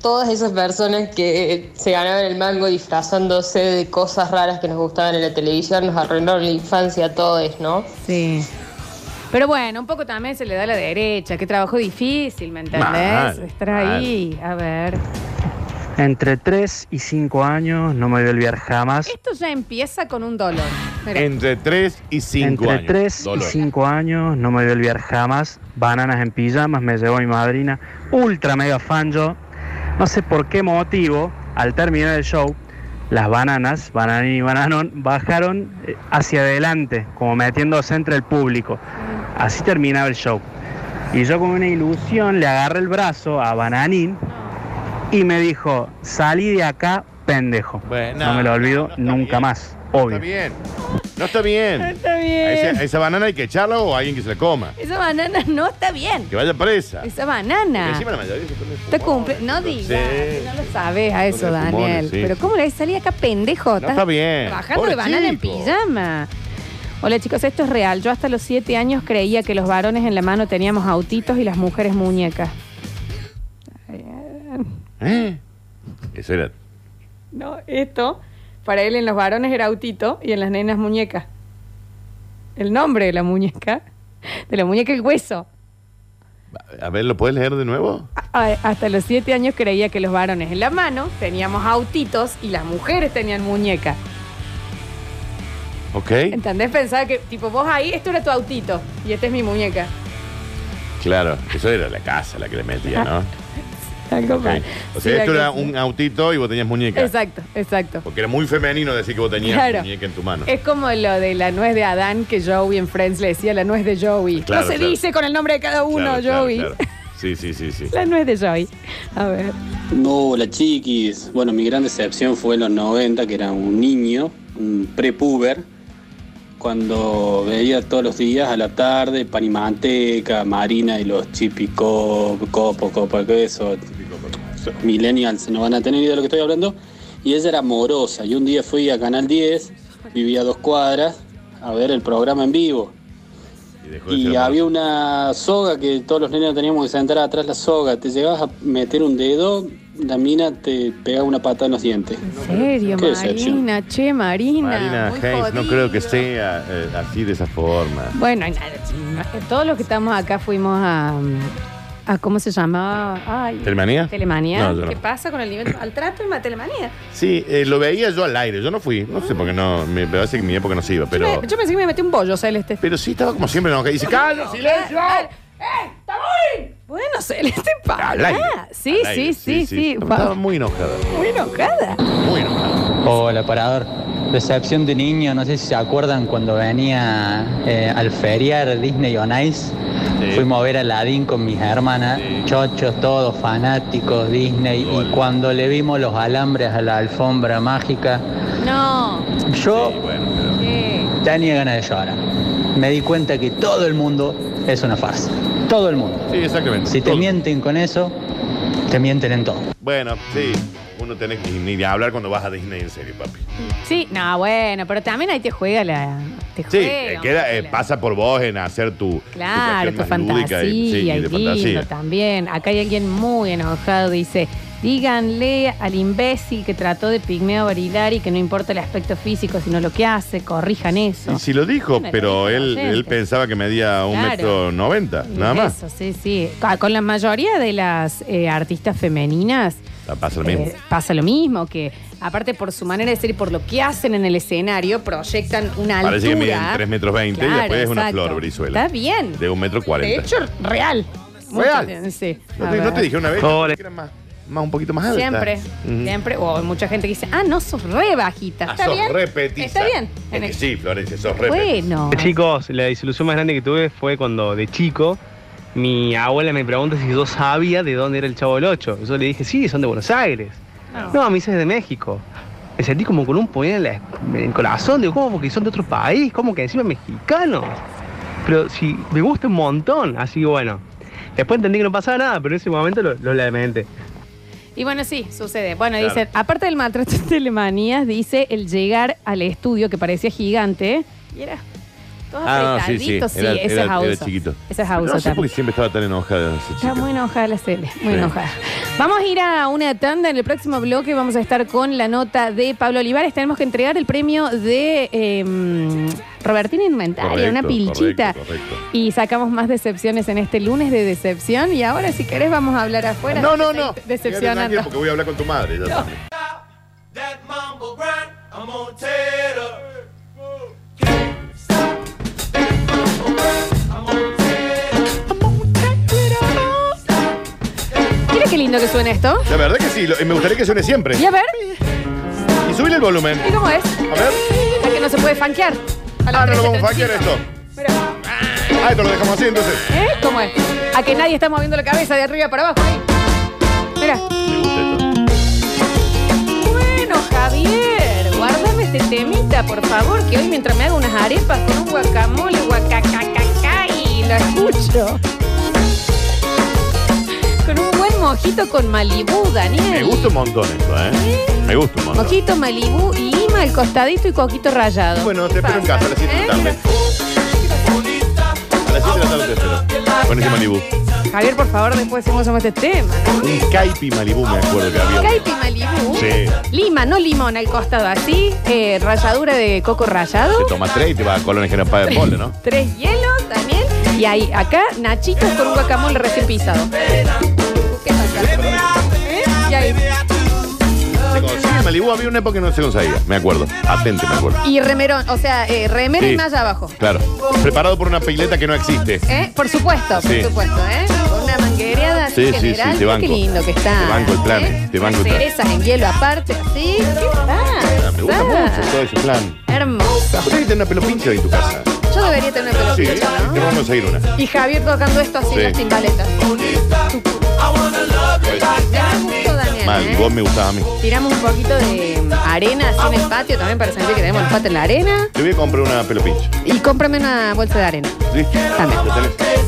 todas esas personas que se ganaban el mango disfrazándose de cosas raras que nos gustaban en la televisión nos arruinaron la infancia a todos, ¿no? Sí. Pero bueno, un poco también se le da a la derecha. Qué trabajo difícil, ¿me entendés? Mal, Estar ahí. A ver. Entre 3 y 5 años no me voy a olvidar jamás. Esto ya empieza con un dolor. Mira. Entre 3 y 5 Entre años. 3 y Dolor. 5 años no me voy a olvidar jamás. Bananas en pijamas me llevó mi madrina. Ultra mega fan yo. No sé por qué motivo, al terminar el show, las bananas, bananín y bananón, bajaron eh, hacia adelante, como metiéndose entre el público. Así terminaba el show. Y yo con una ilusión le agarré el brazo a Bananín y me dijo, salí de acá, pendejo. no me lo olvido nunca más. Obvio. Está bien. No está bien. Está A bien. esa, a esa banana hay que echarla o a alguien que se la coma. Esa banana no está bien. Que vaya presa. Esa Porque banana. encima la mayoría se come Está Ah. cumple. No digas. Sí. No lo sabes a eso, Con los pulmones, Daniel. sí. Pero ¿cómo le salí acá pendejo? Estás está bien. Trabajando Pobre de banana chico. en pijama. Hola chicos, esto es real. Yo hasta los siete años creía que los varones en la mano teníamos autitos y las mujeres muñecas. ¿Eh? Eso era. No, esto para él en los varones era autito y en las nenas muñecas. El nombre de la muñeca, de la muñeca el hueso. A ver, ¿lo puedes leer de nuevo? A- Hasta los siete años creía que los varones en la mano teníamos autitos y las mujeres tenían muñecas. Ok. ¿Entendés? Pensaba que, tipo, vos ahí, esto era tu autito y esta es mi muñeca. Claro, eso era la casa la que le metía, ¿no? Algo Ok. más. O sea, Sí, la esto era casa. un autito y vos tenías muñeca. Exacto, exacto. Porque era muy femenino decir que vos tenías Claro. muñeca en tu mano. Es como lo de la nuez de Adán que Joey en Friends le decía la nuez de Joey. Claro, no se claro. dice con el nombre de cada uno, Claro, claro, Joey. claro. Sí, sí, sí, sí. La nuez de Joey. A ver. No, hola chiquis. Bueno, mi gran decepción fue en los 90, que era un niño, un prepuber, cuando veía todos los días a la tarde pan y manteca, marina y los chipicos, copo, copa, queso. Millennials no van a tener idea de lo que estoy hablando. Y ella era morosa. Y un día fui a Canal 10, vivía a dos cuadras, a ver el programa en vivo. Y había una soga que todos los niños teníamos que sentar atrás la soga. Te llegabas a meter un dedo, la mina te pegaba una patada en los dientes. ¿En serio, Qué decepción. Marina? Che, Marina. Marina muy Hayes, no jodido. creo que sea eh, así de esa forma. Bueno, y nada, no, todos los que estamos acá fuimos a. a ¿Cómo se llamaba? Ay. ¿Telemanía? Telemanía. No, yo no. ¿Qué pasa con el nivel al trato en la telemanía? Sí, eh, lo veía yo al aire, yo no fui, no sé por qué no, me parece que en mi época no se iba, pero... Me- yo pensé que me metí un bollo, Celeste. Pero sí estaba como siempre, no, que dice, ¡Calo, silencio! Bueno, Celeste, Al aire. para. Ah, Sí, Al aire, sí, sí, sí, Estaba muy enojada. Muy enojada. Hola, parador. Decepción de niño, no sé si se acuerdan cuando venía eh, al feriar Disney on Ice. Fuimos a ver a Aladdin con mis hermanas, chochos, todos fanáticos Disney. Y cuando le vimos los alambres a la alfombra mágica, No. yo tenía ganas de llorar. Me di cuenta que todo el mundo es una farsa. Todo el mundo. Sí, exactamente. Si te mienten con eso, te mienten en todo. Bueno, sí, uno tiene que ni ni hablar cuando vas a Disney en serio, papi. Sí, no, bueno, pero también ahí te juega la. Te Sí, juega. eh, queda, eh, pasa por vos en hacer tu... Claro, tu cuestión más lúdica fantasía, y- y, sí, y de lindo fantasía. también. Acá hay alguien muy enojado, dice, díganle al imbécil que trató de pigmeo Barilari que no importa el aspecto físico, sino lo que hace, corrijan eso. Y si lo dijo, Bueno, lo dijo pero la él, gente. él pensaba que medía un Claro. metro noventa, nada más. Eso, sí, sí. Ca- Con la mayoría de las eh, artistas femeninas Pasa lo mismo. eh, pasa lo mismo, que aparte por su manera de ser y por lo que hacen en el escenario, proyectan una Parece que miden altura. 3 metros 20 y Claro, después es una exacto. flor brizuela. Está bien. De un metro De 40. hecho, real. Real. Muchas- sí. ¿No A te, no ver. te dije una vez Hola. que era más, más- un poquito más alta? Siempre, Ujú. siempre. O hay mucha gente que dice, ah, no, sos re bajita. Ah, ¿Está sos bien? re petiza. Está bien. Es que sí, Florencia, sos re Bueno. Eh, Chicos, la desilusión más grande que tuve fue cuando de chico mi abuela me pregunta si yo sabía de dónde era el Chavo del Ocho. Yo le dije, sí, son de Buenos Aires. No, a mí es de México. Me sentí como con un puñal en, la- en el corazón. Digo, ¿cómo? Porque son de otro país. ¿Cómo que encima mexicanos? Pero sí, me gusta un montón. Así que bueno. Después entendí que no pasaba nada, pero en ese momento lo, lo lamenté. Y bueno, sí, sucede. Bueno, Claro. dicen, aparte del maltrato de telemanías, dice el llegar al estudio que parecía gigante. Y era todo Ah, no, sí, sí. apretadito. sí, Era, ese era- es Hausa. era chiquito. Ese es Hausa No sé por también. qué siempre estaba tan enojada. esa chica. Está muy enojada la Cele, muy Sí. enojada. Vamos a ir a una tanda en el próximo bloque. Vamos a estar con la nota de Pablo Olivares. Tenemos que entregar el premio de em, Robertina Inventaria, Correcto, una pilchita. correcto, correcto. Y sacamos más decepciones en este lunes de decepción. Y ahora, si querés, vamos a hablar afuera. No, no, este Te no. estoy Decepcionando. Quédate tranquila Porque voy a hablar con tu madre. ya también. Mira qué lindo que suena esto. La verdad que sí, lo- y me gustaría que suene siempre. Y a ver, Y subir el volumen. ¿y cómo es? A ver. Es que no se puede fanquear. Ah, no lo vamos a hackear esto. Ah, esto lo dejamos así entonces. ¿Eh? ¿Cómo es? A que nadie está moviendo la cabeza de arriba para abajo. ahí. Mira. Bueno, Javier, guárdame este temita. Amiga, por favor, que hoy mientras me hago unas arepas con un guacamole, guacacacacá, y la escucho. Con un buen mojito con Malibú, Daniel. Me gusta un montón esto, ¿eh? Me gusta un montón. Mojito, Malibú, lima al costadito y coquito rayado. Bueno, te espero en casa a las ¿Eh? 7 de la tarde. A las 7 de la tarde te espero. Con ese Malibú. Javier, por favor, después decimos sobre este tema. Un Caipi Malibú, me acuerdo que había. Caipi Malibú. Sí. Lima, no limón al costado así. eh, ralladura de coco rallado. Te tomas tres y te vas a Colonia General Paz de Pole, ¿no? Tres hielos también. Y ahí, acá, nachitos con un guacamole recién pisado. ¿Qué pasa? ¿Eh? Y ahí. Se consigue Malibú, había una época que no se conseguía, me acuerdo. Atente, me acuerdo. Y remerón, o sea, eh, remera Sí. y más abajo. Claro. Preparado por una pileta que no existe. ¿Eh? Por supuesto, por Sí. supuesto, ¿eh? Con Una manguereada así Sí, sí, sí, general. te Mira banco. Qué lindo que Te está. banco el plan, eh. te banco el plan. Ah, Cerezas en hielo aparte, así. ¿Qué pasa? Me gusta mucho todo ese plan. Hermoso. Vos tenés que tener una pelopincha en tu casa. Yo debería tener una Sí, pelotita, ¿no? te vamos a conseguir una. Y Javier tocando esto así Sí. en las timbaletas. Tenés gusto, Daniel, Mal, ¿eh? vos me gustaba a mí. Tiramos un poquito de mm, arena así en el patio también para sentir que tenemos los patos en la arena. Te voy a comprar una pelopincha. Y cómprame una bolsa de arena. ¿Listo? También. ¿Lo tenés?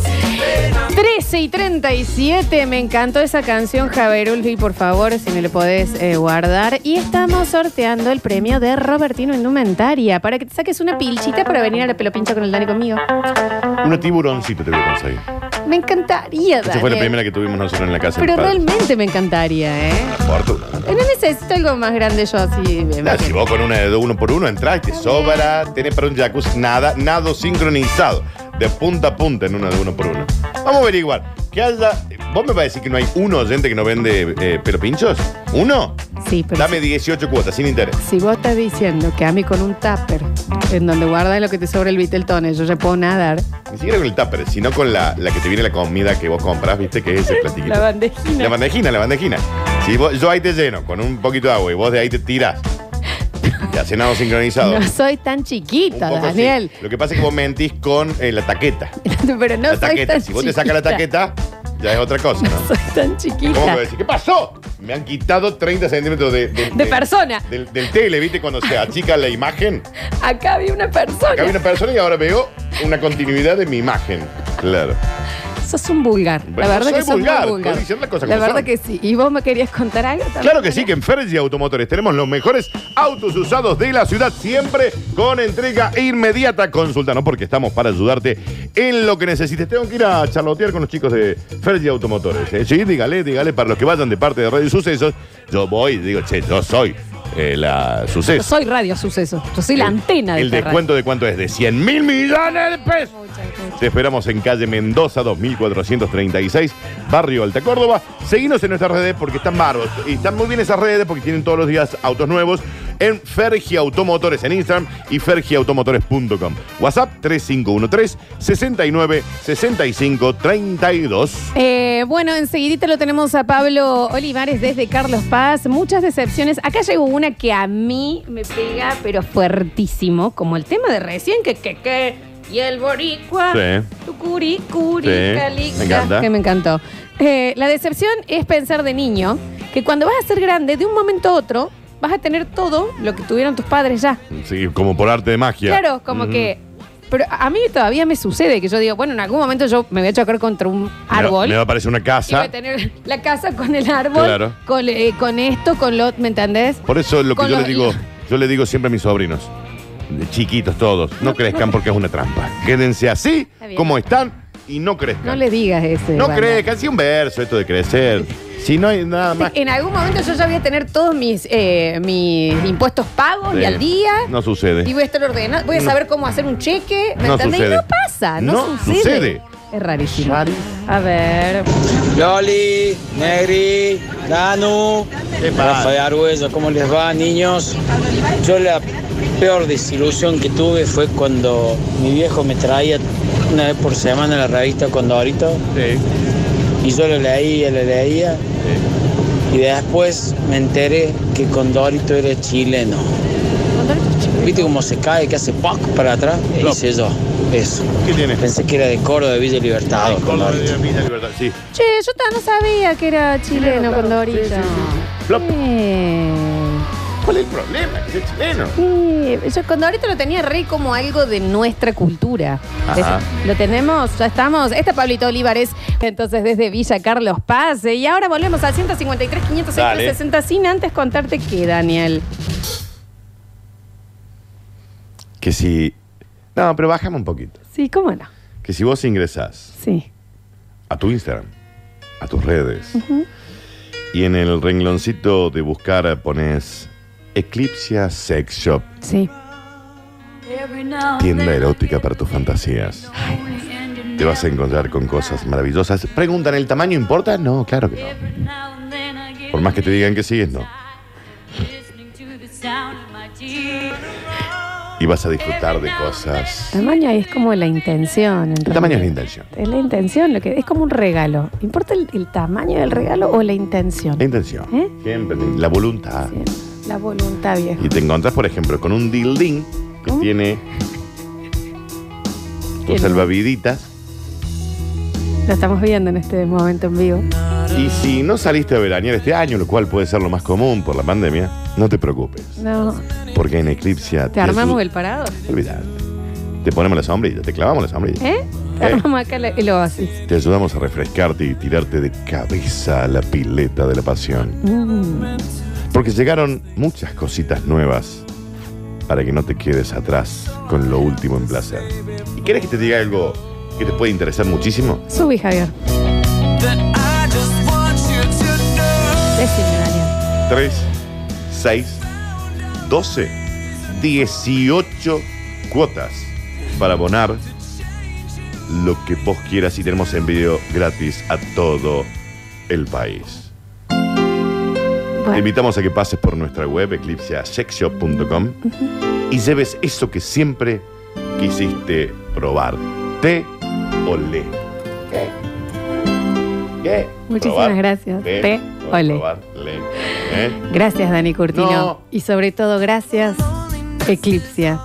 13 y 37, me encantó esa canción, Javier Ulfi, por favor, si me lo podés eh, guardar. Y estamos sorteando el premio de Robertino Indumentaria para que te saques una pilchita para venir a la pelopincha con el Dani conmigo. Una tiburoncita te voy a conseguir. Me encantaría, Esa fue la Daniel. primera que tuvimos nosotros en la casa. de Pero mis padres. realmente me encantaría, ¿eh? Fortuna. No necesito algo más grande yo así. me Nah, imagino. si vos con una de uno por uno entrás, te sobra, tenés para un jacuzzi, nada, nado sincronizado, de punta a punta en una de uno por uno. Vamos a averiguar. Que haya, ¿Vos me vas a decir que no hay uno oyente que no vende eh, pelopinchos? ¿Uno? Sí, pero. Dame 18 cuotas, sin interés. Si vos estás diciendo que a mí con un tupper, en donde guardas lo que te sobra el Viteltones, yo ya puedo nadar. Ni siquiera con el tupper, sino con la, la que te viene la comida que vos compras, ¿viste? Que es ese platiquito. La bandejina. La bandejina, la bandejina. Si vos- yo ahí te lleno con un poquito de agua y vos de ahí te tirás. Y haces nado sincronizado. No soy tan chiquita, Poco así. Daniel. Lo que pasa es que vos mentís con eh, la taqueta. Pero no la soy taqueta. tan Si vos te sacas la chiquita. taqueta, ya es otra cosa, ¿no? Soy tan chiquita. ¿Cómo que decís? ¿Qué pasó? Me han quitado 30 centímetros de, de- De de- persona. Del, del tele, ¿viste? Cuando se achica la imagen. Acá había una persona. Acá hay una persona y ahora veo una continuidad de mi imagen. Claro. Sos un vulgar. la Bueno, verdad soy que sos vulgar, muy vulgar. puedo decir las cosas la como verdad son. que sí. ¿Y vos me querías contar algo también? Claro que sí, que en Fergie Automotores tenemos los mejores autos usados de la ciudad, siempre con entrega inmediata. Consultanos porque estamos para ayudarte en lo que necesites. Tengo que ir a charlotear con los chicos de Fergie Automotores. ¿eh? Sí, dígale, dígale, para los que vayan de parte de Radio Sucesos, yo voy y digo, che, yo soy eh, la Yo Suceso. soy Radio Suceso. Yo soy la antena de El esta radio. descuento de cuánto es, de 100 mil millones de pesos. Te esperamos en calle Mendoza 2436, Barrio Alta Córdoba. Seguinos en nuestras redes porque están bárbaros. Y están muy bien esas redes porque tienen todos los días autos nuevos en Fergie Automotores en Instagram y fergiautomotores.com. WhatsApp 3513 69 65 32. Eh, bueno, enseguidita lo tenemos a Pablo Olivares desde Carlos Paz. Muchas decepciones. Acá llegó una que a mí me pega, pero fuertísimo, como el tema de recién, que que que. Y el boricua. Sí. Tu curi, curi, Sí, calica, me encanta. Que me encantó. Eh, la decepción es pensar de niño que cuando vas a ser grande, de un momento a otro, vas a tener todo lo que tuvieron tus padres ya. Sí, como por arte de magia. Claro, como Ujú. que. Pero a mí todavía me sucede que yo digo, bueno, en algún momento yo me voy a chocar contra un Me va- árbol. Me va a aparecer una Y voy casa. a tener la casa con el árbol, Claro. con, eh, con esto, con lo, ¿me entendés? Por eso lo que Con yo los- le digo, yo le digo siempre a mis sobrinos, de chiquitos todos, no crezcan porque es una trampa. Quédense así Está bien. como están y no crezcan. No le digas ese. No Wanda. crezcan, sí un verso esto de crecer. Si no hay nada más. En algún momento yo ya voy a tener todos mis, eh, mis impuestos pagos y Sí. al día. No sucede. Y voy a estar ordenado, voy a No. saber cómo hacer un cheque, ¿me No entendés? Y sucede. no pasa, no, No sucede. sucede. Es rarísimo. A ver. Loli, Negri, Danu, Rafa de Argüello, ¿cómo les va, niños? Yo la peor desilusión que tuve fue cuando mi viejo me traía una vez por semana la revista Condorito. Y yo lo leía, lo leía. Y después me enteré que Condorito era chileno. ¿Viste cómo se cae, que hace poco para atrás? E hice yo eso. Pensé que era de Córdoba de Villa Libertador. Condorito. Sí. Che, yo ta- no sabía que era chileno cuando ahorita. Eh, ¿Cuál es el problema? Es chileno. Sí, yo cuando ahorita lo tenía re como algo de nuestra cultura. Ajá. Eso, Lo tenemos, ya estamos. Esta es Pablito Olivares, entonces desde Villa Carlos Paz. Eh, Y ahora volvemos a 153, 506, Dale. 360, sin antes contarte que, Daniel. Que si. No, pero bájame un poquito. Sí, cómo no. Que si vos ingresás Sí. a tu Instagram, a tus redes, y en el rengloncito de buscar pones Eclipsia Sex Shop, Sí. tienda erótica para tus fantasías. Te vas a encontrar con cosas maravillosas. Preguntan, ¿el tamaño importa? No, claro que no. Por más que te digan que sí, es no. Y vas a disfrutar de cosas. Tamaño ahí es como la intención. en El realidad. tamaño es la intención. Es la intención, lo que es como un regalo. ¿Importa el, el tamaño del regalo o la intención? La intención. ¿Eh? Siempre, te- la voluntad. La voluntad, viejo. Y te encontrás, por ejemplo, con un dildín que Uh, tiene tus salvaviditas. Lo estamos viendo en este momento en vivo. Y si no saliste a veranear este año, lo cual puede ser lo más común por la pandemia, no te preocupes, No. porque en Eclipsia... Te armamos el parador. Olvidate. Te ponemos la sombrilla, te clavamos la sombrilla. ¿Eh? Te Eh. armamos acá la- el oasis. Te ayudamos a refrescarte y tirarte de cabeza a la pileta de la pasión. Mm. Porque llegaron muchas cositas nuevas para que no te quedes atrás con lo último en placer. ¿Y querés que te diga algo que te puede interesar muchísimo? Subí, Javier. Decime, Daniel. 3, 6, 12, 18 cuotas para abonar lo que vos quieras y tenemos envío gratis a todo el país. Te invitamos a que pases por nuestra web eclipseasexshop.com y lleves eso que siempre quisiste probar. Te olé. ¿Qué? ¿Qué? Muchísimas Probar, gracias. té, Te olé. probar, lé, ¿eh? Gracias, Dani Curtino. No. Y sobre todo, gracias, Eclipsia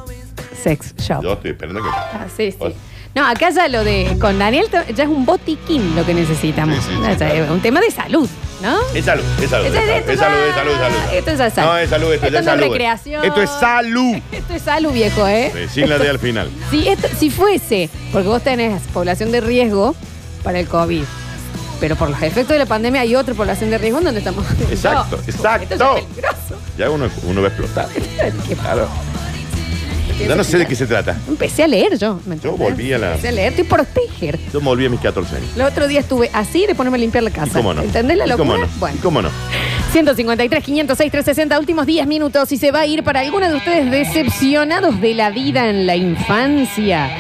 Sex Shop. Yo estoy esperando que. Ah, sí, Pues. sí. No, acá ya lo de con Daniel ta- ya es un botiquín lo que necesitamos. Sí, sí, sí, O sea, claro. es un tema de salud, ¿no? Es salud, es salud. Es, Ese- salud, esto es salud, ya- es salud, es salud. esto ya es salud. No, es salud, esto, eh, Esto ya es no es salud. recreación. Esto es salud. Esto es salud, viejo, ¿eh? Sí, sin la D al final. Si, esto- si fuese, porque vos tenés población de riesgo para el COVID, pero por los efectos de la pandemia hay otra población de riesgo en donde estamos. Exacto, exacto. Esto es peligroso. Ya uno, uno va a explotar. Claro. Ya no sé de qué se trata. Empecé a leer yo. ¿me Yo entendés? volví a la. Empecé a leer y proteger. Yo me volví a mis 14 años. El otro día estuve así de ponerme a limpiar la ¿Y casa. cómo no? ¿Entendés la ¿Y locura? cómo no? Bueno. ¿Y cómo no? 153, 506, 360, últimos 10 minutos y se va a ir para alguno de ustedes decepcionados de la vida en la infancia.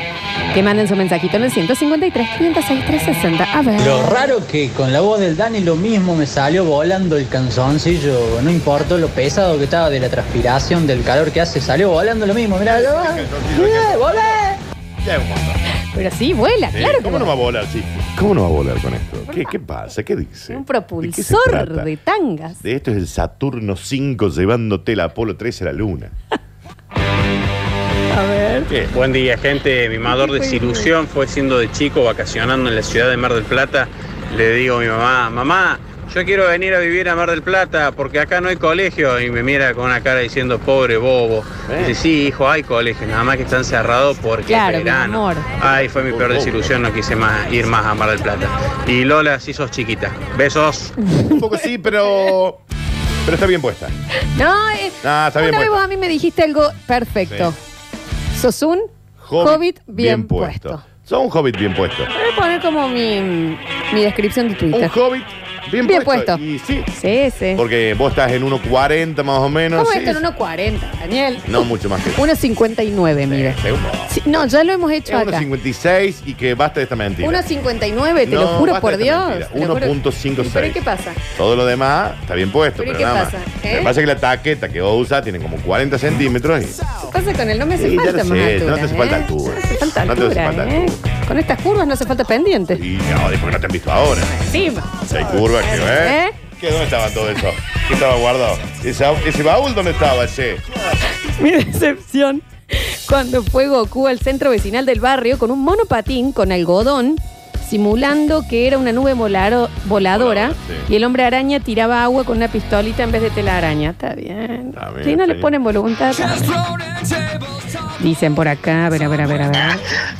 Que manden su mensajito en el 153, 506, 360. A ver. Lo raro que con la voz del Dani lo mismo me salió volando el canzoncillo, no importa lo pesado que estaba de la transpiración, del calor que hace, salió volando lo mismo, mirá, lo- ¡Eh, volé! Ya es un montón. Pero sí, vuela, Sí, claro. que ¿Cómo no va vuela. a volar? Sí. ¿Cómo no va a volar con esto? ¿Qué, qué pasa? ¿Qué dice? Un ¿De qué se propulsor trata? de, tangas. De esto es el Saturno 5 llevándote el Apolo 13 a la Luna. A ver. Bien, Buen día, gente. Mi mayor desilusión fue siendo de chico vacacionando en la ciudad de Mar del Plata. Le digo a mi mamá, mamá, yo quiero venir a vivir a Mar del Plata porque acá no hay colegio. Y me mira con una cara diciendo, pobre bobo. Dice, sí, hijo, hay colegio, nada más que están cerrados porque Claro, es mi verano. amor. Ay, fue mi peor desilusión, no quise más ir más a Mar del Plata. Y Lola, si sos chiquita. Besos. Un poco sí, pero. Pero está bien puesta. No, eh, Ah, está bien una vez puesta. vos a mí me dijiste algo perfecto. Sos un hobbit, bien, puesto. Son un hobbit bien puesto. Voy a poner como mi, mi descripción de Twitter. Un hobbit bien, Bien puesto. puesto. Y sí. Sí, sí. Porque vos estás en 1.40 más o menos. ¿Cómo sí, esto sí. en 1.40, Daniel? No, mucho más que eso. 1.59, mire. Sí, un poco. Sí, no, ya lo hemos Es hecho acá. 1.56 y que basta de esta mentira. 1.59, te lo No, juro basta por de Dios. esta te lo mentira. juro. 1.56. ¿Pero ¿y qué pasa? Todo lo demás está bien puesto, Pero ¿y pero, qué nada pasa, más. eh? Lo que pasa es que la taqueta que vos usás tiene como 40 centímetros y. ¿Qué pasa con él? No me hace Sí, ya falta lo más sé, altura. no te hace falta ¿eh? No altura. te hace falta No te hace altura, falta ¿eh? Con estas curvas no hace falta pendiente. Y no, después no te han visto ahora. Encima. Si hay curvas que, ¿eh? ¿Eh? ¿Qué, ¿Dónde estaba todo eso? ¿Qué estaba guardado? ¿Ese, au- ese baúl dónde estaba, che? Mi decepción cuando fue Goku al centro vecinal del barrio con un monopatín con algodón. simulando que era una nube volaro- voladora y el hombre araña tiraba agua con una pistolita en vez de telaraña. Está bien. bien, si no está le bien. ponen voluntad. está bien. Dicen por acá, a ver, a ver, a ver, a ver.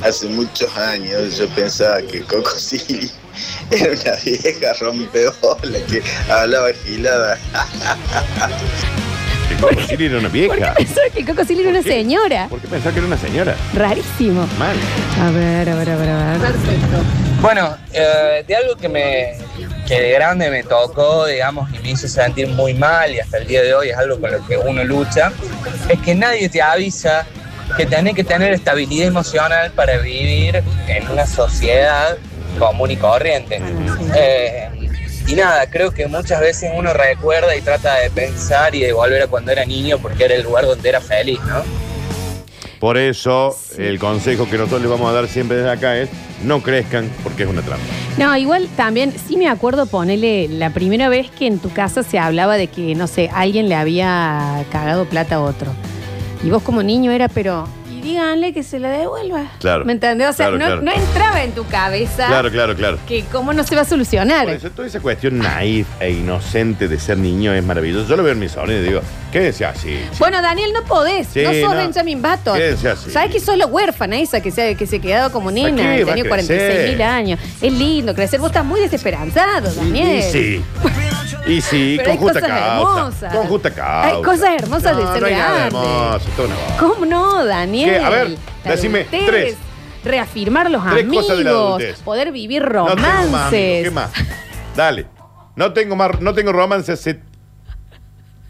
Hace muchos años yo pensaba que Coco Silly era una vieja rompeola que hablaba gilada. Coco Silly era una vieja. Pensaba que Coco Silly era una señora. ¿Por qué pensaba que era una señora? Rarísimo. Mal. A ver, a ver, a ver, a ver. Bueno, eh, de algo que me que de grande me tocó, digamos, y me hizo sentir muy mal y hasta el día de hoy es algo con lo que uno lucha, es que nadie te avisa que tenés que tener estabilidad emocional para vivir en una sociedad común y corriente. Eh, y nada, creo que muchas veces uno recuerda y trata de pensar y de volver a cuando era niño porque era el lugar donde era feliz, ¿no? Por eso, el consejo que nosotros les vamos a dar siempre desde acá es no crezcan porque es una trampa. No, igual también, sí me acuerdo, ponele, la primera vez que en tu casa se hablaba de que, no sé, alguien le había cagado plata a otro. Y vos como niño era, pero, y díganle que se la devuelva. Claro. ¿Me entendés? O sea, Claro, no, claro. no entraba en tu cabeza Claro, claro, claro. que cómo no se va a solucionar. Por eso toda esa cuestión naif e inocente de ser niño es maravilloso. Yo lo veo en mis sobrinos y digo, quédense así. Bueno, Daniel, no podés. Sí, no sos no. Benjamin Button. Quédense así. ¿Sabes que sos la huérfana esa que se, que se quedaba como ¿Para nena? qué y va a Tenía crecer? 46 mil años. Es lindo crecer. Vos estás muy desesperanzado, Daniel. Y sí. Y sí, Pero con hay justa cosas causa. hermosas. Con justa causa. Hay cosas hermosas de ser no hay nada grande. hermoso, todo una bosta. ¿Cómo no, Daniel? ¿Qué? A ver, La decime adultez, tres. Reafirmar los Tres amigos, cosas de la adultez. poder vivir No romances. tengo más, amigo, ¿Qué más? Dale. No tengo más, no tengo romance hace-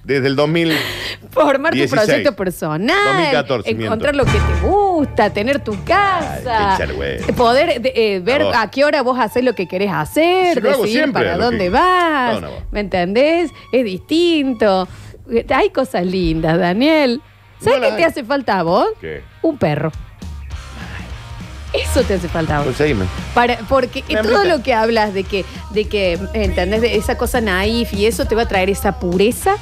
desde el 2000. Formar 16. tu proyecto personal. 2014, encontrar lo que te gusta, tener tu casa. Ay, qué chargüey. poder de- eh, ver A vos. a, qué hora vos haces lo que querés hacer, Sí, lo hago decidir siempre, para lo dónde que- vas. No, no, vos. ¿Me entendés? Es distinto. Hay cosas lindas, Daniel. ¿Sabes qué te hace falta a vos? ¿Qué? Un perro. Eso te hace falta a vos. Conseguime. Para- porque Me todo amerita. lo que hablas de que, de que, ¿entendés? De esa cosa naif y eso te va a traer esa pureza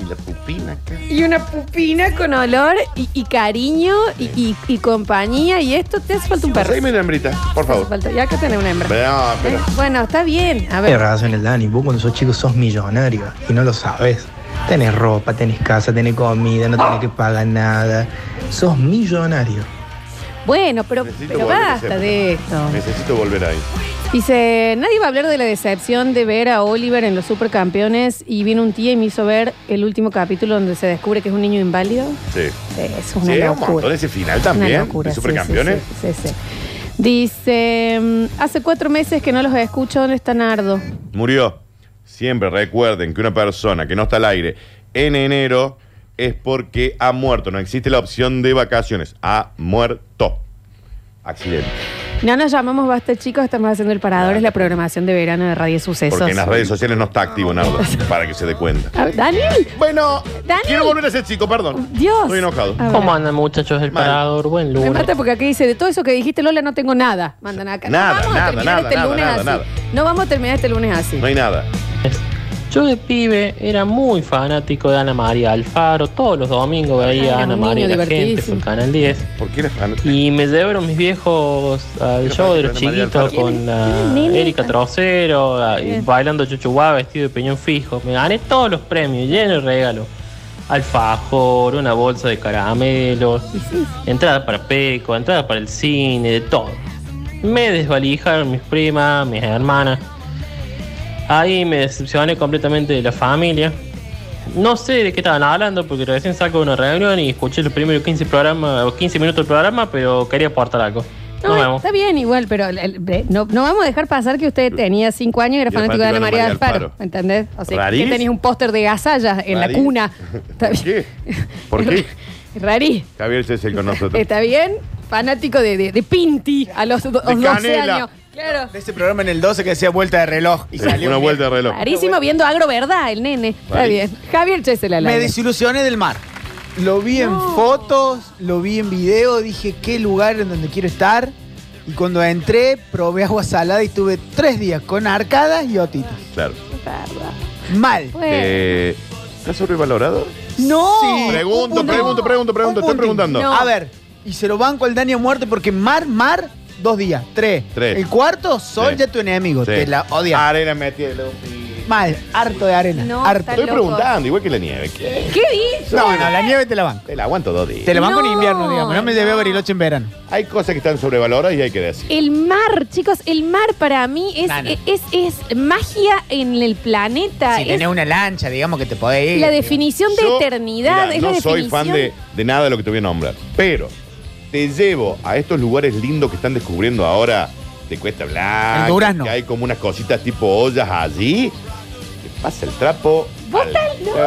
Y la pupina acá. y una pupina con olor y, y cariño y, y- y compañía y esto te hace falta un perro. Conseguime una hembrita, por Te hace favor. falta- Y acá tenés una hembra. No, pero- ¿Eh? Bueno, está bien. A Tienes ver. razón el Dani, vos cuando sos chico sos millonario y no lo sabes. Tenés ropa, tenés casa, tenés comida, no tenés que pagar nada. Sos millonario. Bueno, pero, pero volver a esa basta de esto. Necesito volver ahí. Dice, nadie va a hablar de la decepción de ver a Oliver en los supercampeones y vino un tío y me hizo ver el último capítulo donde se descubre que es un niño inválido. Sí. Es una sí, un locura. montón ese final Una también. locura, de sí, supercampeones. sí, sí, sí, sí. Dice, mm, hace cuatro meses que no los escucho, ¿dónde está Nardo? Murió. Siempre recuerden que una persona que no está al aire en enero es porque ha muerto. No existe la opción de vacaciones. Ha muerto. Accidente. No nos llamamos Basta Chicos, estamos haciendo el parador, es la programación de verano de Radio Sucesos. Porque en las redes sociales no está activo, Nardo, para que se dé cuenta. A ver, Daniel. Bueno, Daniel. Quiero volver a ser chico, perdón. Dios. Estoy enojado. A ver. ¿Cómo andan, muchachos del parador? Buen Me mata porque aquí dice, de todo eso que dijiste, Lola, no tengo nada. Mandan acá. Nada, no vamos nada, a terminar nada, este nada, lunes nada, así. nada. No vamos a terminar este lunes así. No hay nada. Yo de pibe era muy fanático de Ana María Alfaro. Todos los domingos Ay, veía a Ana un María niño la gente por divertísimo. Canal 10. ¿Por qué eres fanático? Y me llevaron mis viejos al show de los fanático de Ana María chiquitos Alfaro? con ah, ¿Quién es? Erika Trocero, ah, y Bien. bailando chuchuá vestido de peñón fijo. Me gané todos los premios, lleno de regalos. Alfajor, una bolsa de caramelos, entradas para Peco, entradas para el cine, de todo. Me desvalijaron mis primas, mis hermanas. Ahí me decepcioné completamente de la familia. No sé de qué estaban hablando porque recién saco una reunión y escuché los primeros 15, programas, o 15 minutos del programa, pero quería aportar algo. No, Nos vemos. está bien igual, pero el- el- no, no vamos a dejar pasar que usted tenía cinco años y era Y era fanático de Ana María, Alfaro. Alfaro. ¿Entendés? O sea, Rarís. que tenías un póster de gasallas en la Rarís. cuna. Está ¿Por bien. qué? ¿Por qué? Rarí. Javier César con nosotros. ¿Está bien? Fanático de, de- de Pinti a los, do- 12 Canela. años. Claro. De ese programa en el 12 que decía vuelta de reloj. Y Sí, salió una un vuelta de reloj. Rarísimo viendo Agro Verdad, el nene. Está Rarís. bien. Javier Chesel al Me aire. desilusioné del mar. Lo vi en fotos, lo vi en video, dije qué lugar en donde quiero estar. Y cuando entré, probé agua salada y estuve tres días con arcadas y otitis. Claro. Mal. Eh, ¿Está sobrevalorado? No. Pregunto, pregunto, pregunto, pregunto. Estoy preguntando. Ah, A ver, y se lo banco al Dani a muerte porque mar, mar, dos días, tres. Tres. El cuarto, sol ya tu enemigo. Sí. Te la odias. Arena metida en la- Mal, harto de arena. harto. Estoy preguntando, igual que la nieve. ¿Qué? ¿Qué dices? No, no, la nieve te la van. Te la aguanto dos días. Te la van con invierno, digamos. No me llevé a Bariloche en verano. Hay cosas que están sobrevaloradas y hay que decir. El mar, chicos, el mar para mí es, Nana. es, es magia en el planeta. Si Ah, es tenés una lancha, digamos que te podés ir. la definición de eternidad. Mirá, es no la soy definición- fan de, de nada de lo que te voy a nombrar, pero te llevo a estos lugares lindos que están descubriendo ahora de Cuesta Blanca. El Durazno. Que hay como unas cositas tipo ollas allí. Te pasa el trapo. Eh, este, Vos tan loco.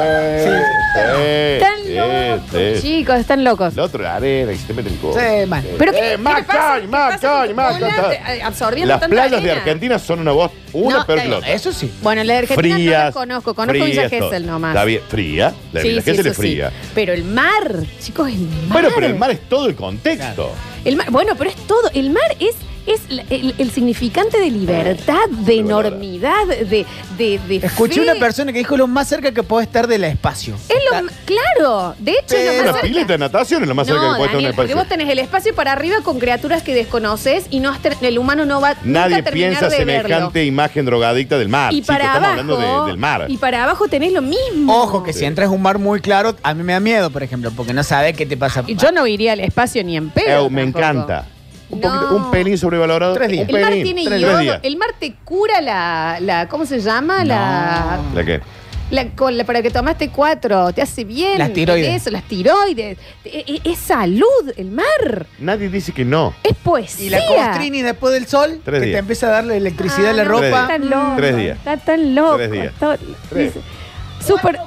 Sí, Tan sí, locos, sí. chicos, están locos. La otra arena, que se te mete el codo. Sí, man. Pero qué, Eh, qué más le pasa? caña, más ¿Qué pasa caña, con más tu bola, caña. eh, absorbiendo Las tanta playas de arena? Argentina son una voz, una No, peor está que la bien, otra. Eso sí. Bueno, la de Argentina no la frías. conozco, conozco Villa frías, Gesell todo. nomás. Está bien, fría. La de Sí, Villa sí, Gesell es eso sí. fría. Pero el mar, chicos, el mar. Bueno, pero el mar es todo el contexto. El mar- bueno, pero es todo. El mar es, es la- el, el significante de libertad, de enormidad, de, de, de Escuché fe. una persona que dijo lo más cerca que podés estar del espacio. Es lo m- claro, de hecho es lo más Una cerca. pileta de natación es lo más no, cerca que puede estar en Daniel, el porque país. vos tenés el espacio para arriba con criaturas que desconoces y no has ter- el humano no va nunca a Nadie terminar piensa de semejante verlo. imagen drogadicta del mar. Y chicos, para Ah, estamos abajo, hablando de- del mar. y para abajo tenés lo mismo. Ojo, que si entras a un mar muy claro, a mí me da miedo, por ejemplo, porque no sabes qué te pasa. Y Yo no iría al espacio ni en pedo. Eu, Eh, me tampoco. encanta. Un, poquito- No. un pelín sobrevalorado. Tres días. Un El mar pelín, tiene tres yodo, días. el mar te cura la, la ¿cómo se llama? La, ¿La qué? la, con la- para que tomaste cuatro, te hace bien. Las tiroides. Eso, las tiroides. E- e- Es, salud, el mar. Nadie dice que no. Es poesía. Y la ah. costrini después del sol, Tres que días. te empieza a dar la electricidad a la no, ropa. Tres días. Tres días. Está tan loco. Tres días. está- Tres. dice, Súper.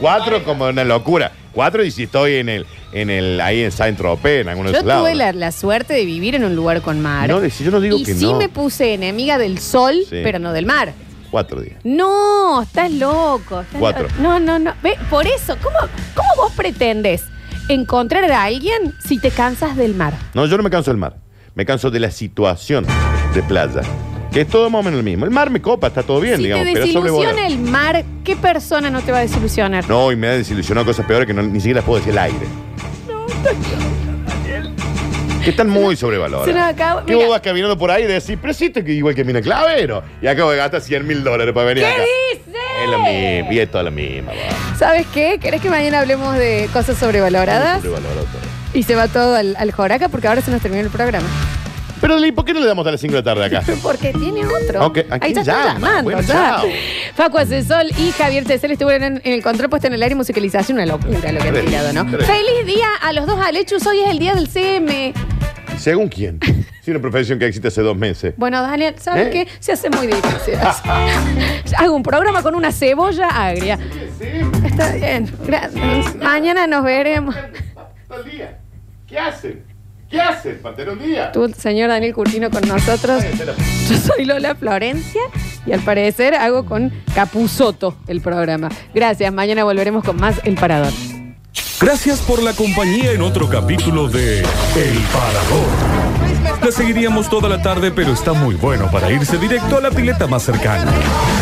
Cuatro como una locura. Cuatro y si estoy en el, en el, ahí en Saint-Tropez, en alguno de Yo esos lados. tuve la, la suerte de vivir en un lugar con mar. No, si yo no digo y que sí no. me puse enemiga del sol, Sí. pero no del mar. Cuatro días. No, estás loco. estás Cuatro. loco. No, no, no. Ve, por eso, ¿cómo, ¿cómo vos pretendes encontrar a alguien si te cansas del mar? No, yo no me canso del mar. Me canso de la situación de playa. Que es todo más o menos lo mismo. El mar me copa, está todo bien, si digamos, te pero es sobrevolado. desilusiona el mar, ¿qué persona no te va a desilusionar? No, y me ha desilusionado cosas peores que no- ni siquiera las puedo decir al aire. Que están muy Se nos sobrevaloradas. acaba- Que mira. vos vas caminando por ahí y decís, pero si esto es que igual que Mina Clavero. Y acabo de gastar 100 mil dólares para venir ¿Qué acá. dices? Es lo mismo, y es todo lo mismo. va. ¿Sabes qué? ¿Querés que mañana hablemos de cosas sobrevaloradas? Sobrevalorado todo. Y se va todo al, al Joraca porque ahora se nos terminó el programa. Pero, Lili, ¿por qué no le damos a las 5 de la tarde acá? Porque tiene otro. Ok, ¿a Ahí quién ya está llama? llamando. Bueno, ya. chao. Facu Asesol y Javier Cesel estuvieron en, en el control puesto en el aire y musicalización. Una locura lo que han Tres, tirado, ¿no? tres. Feliz día a los dos Alechus. Hoy es el día del CM. ¿Según quién? Si una profesión que existe hace dos meses. Bueno, Daniel, ¿sabes ¿Eh? qué? Se hace muy difícil. Hago un programa con una cebolla agria. Está bien. Gracias. Mañana nos veremos. Todo el día. ¿Qué hacen? ¿Qué hacen para tener un día? Tú, señor Daniel Curtino, con nosotros. Yo soy Lola Florencia y al parecer hago con Capuzoto el programa. Gracias. Mañana volveremos con más El Parador. Gracias por la compañía en otro capítulo de El Parador. La seguiríamos toda la tarde, pero está muy bueno para irse directo a la pileta más cercana.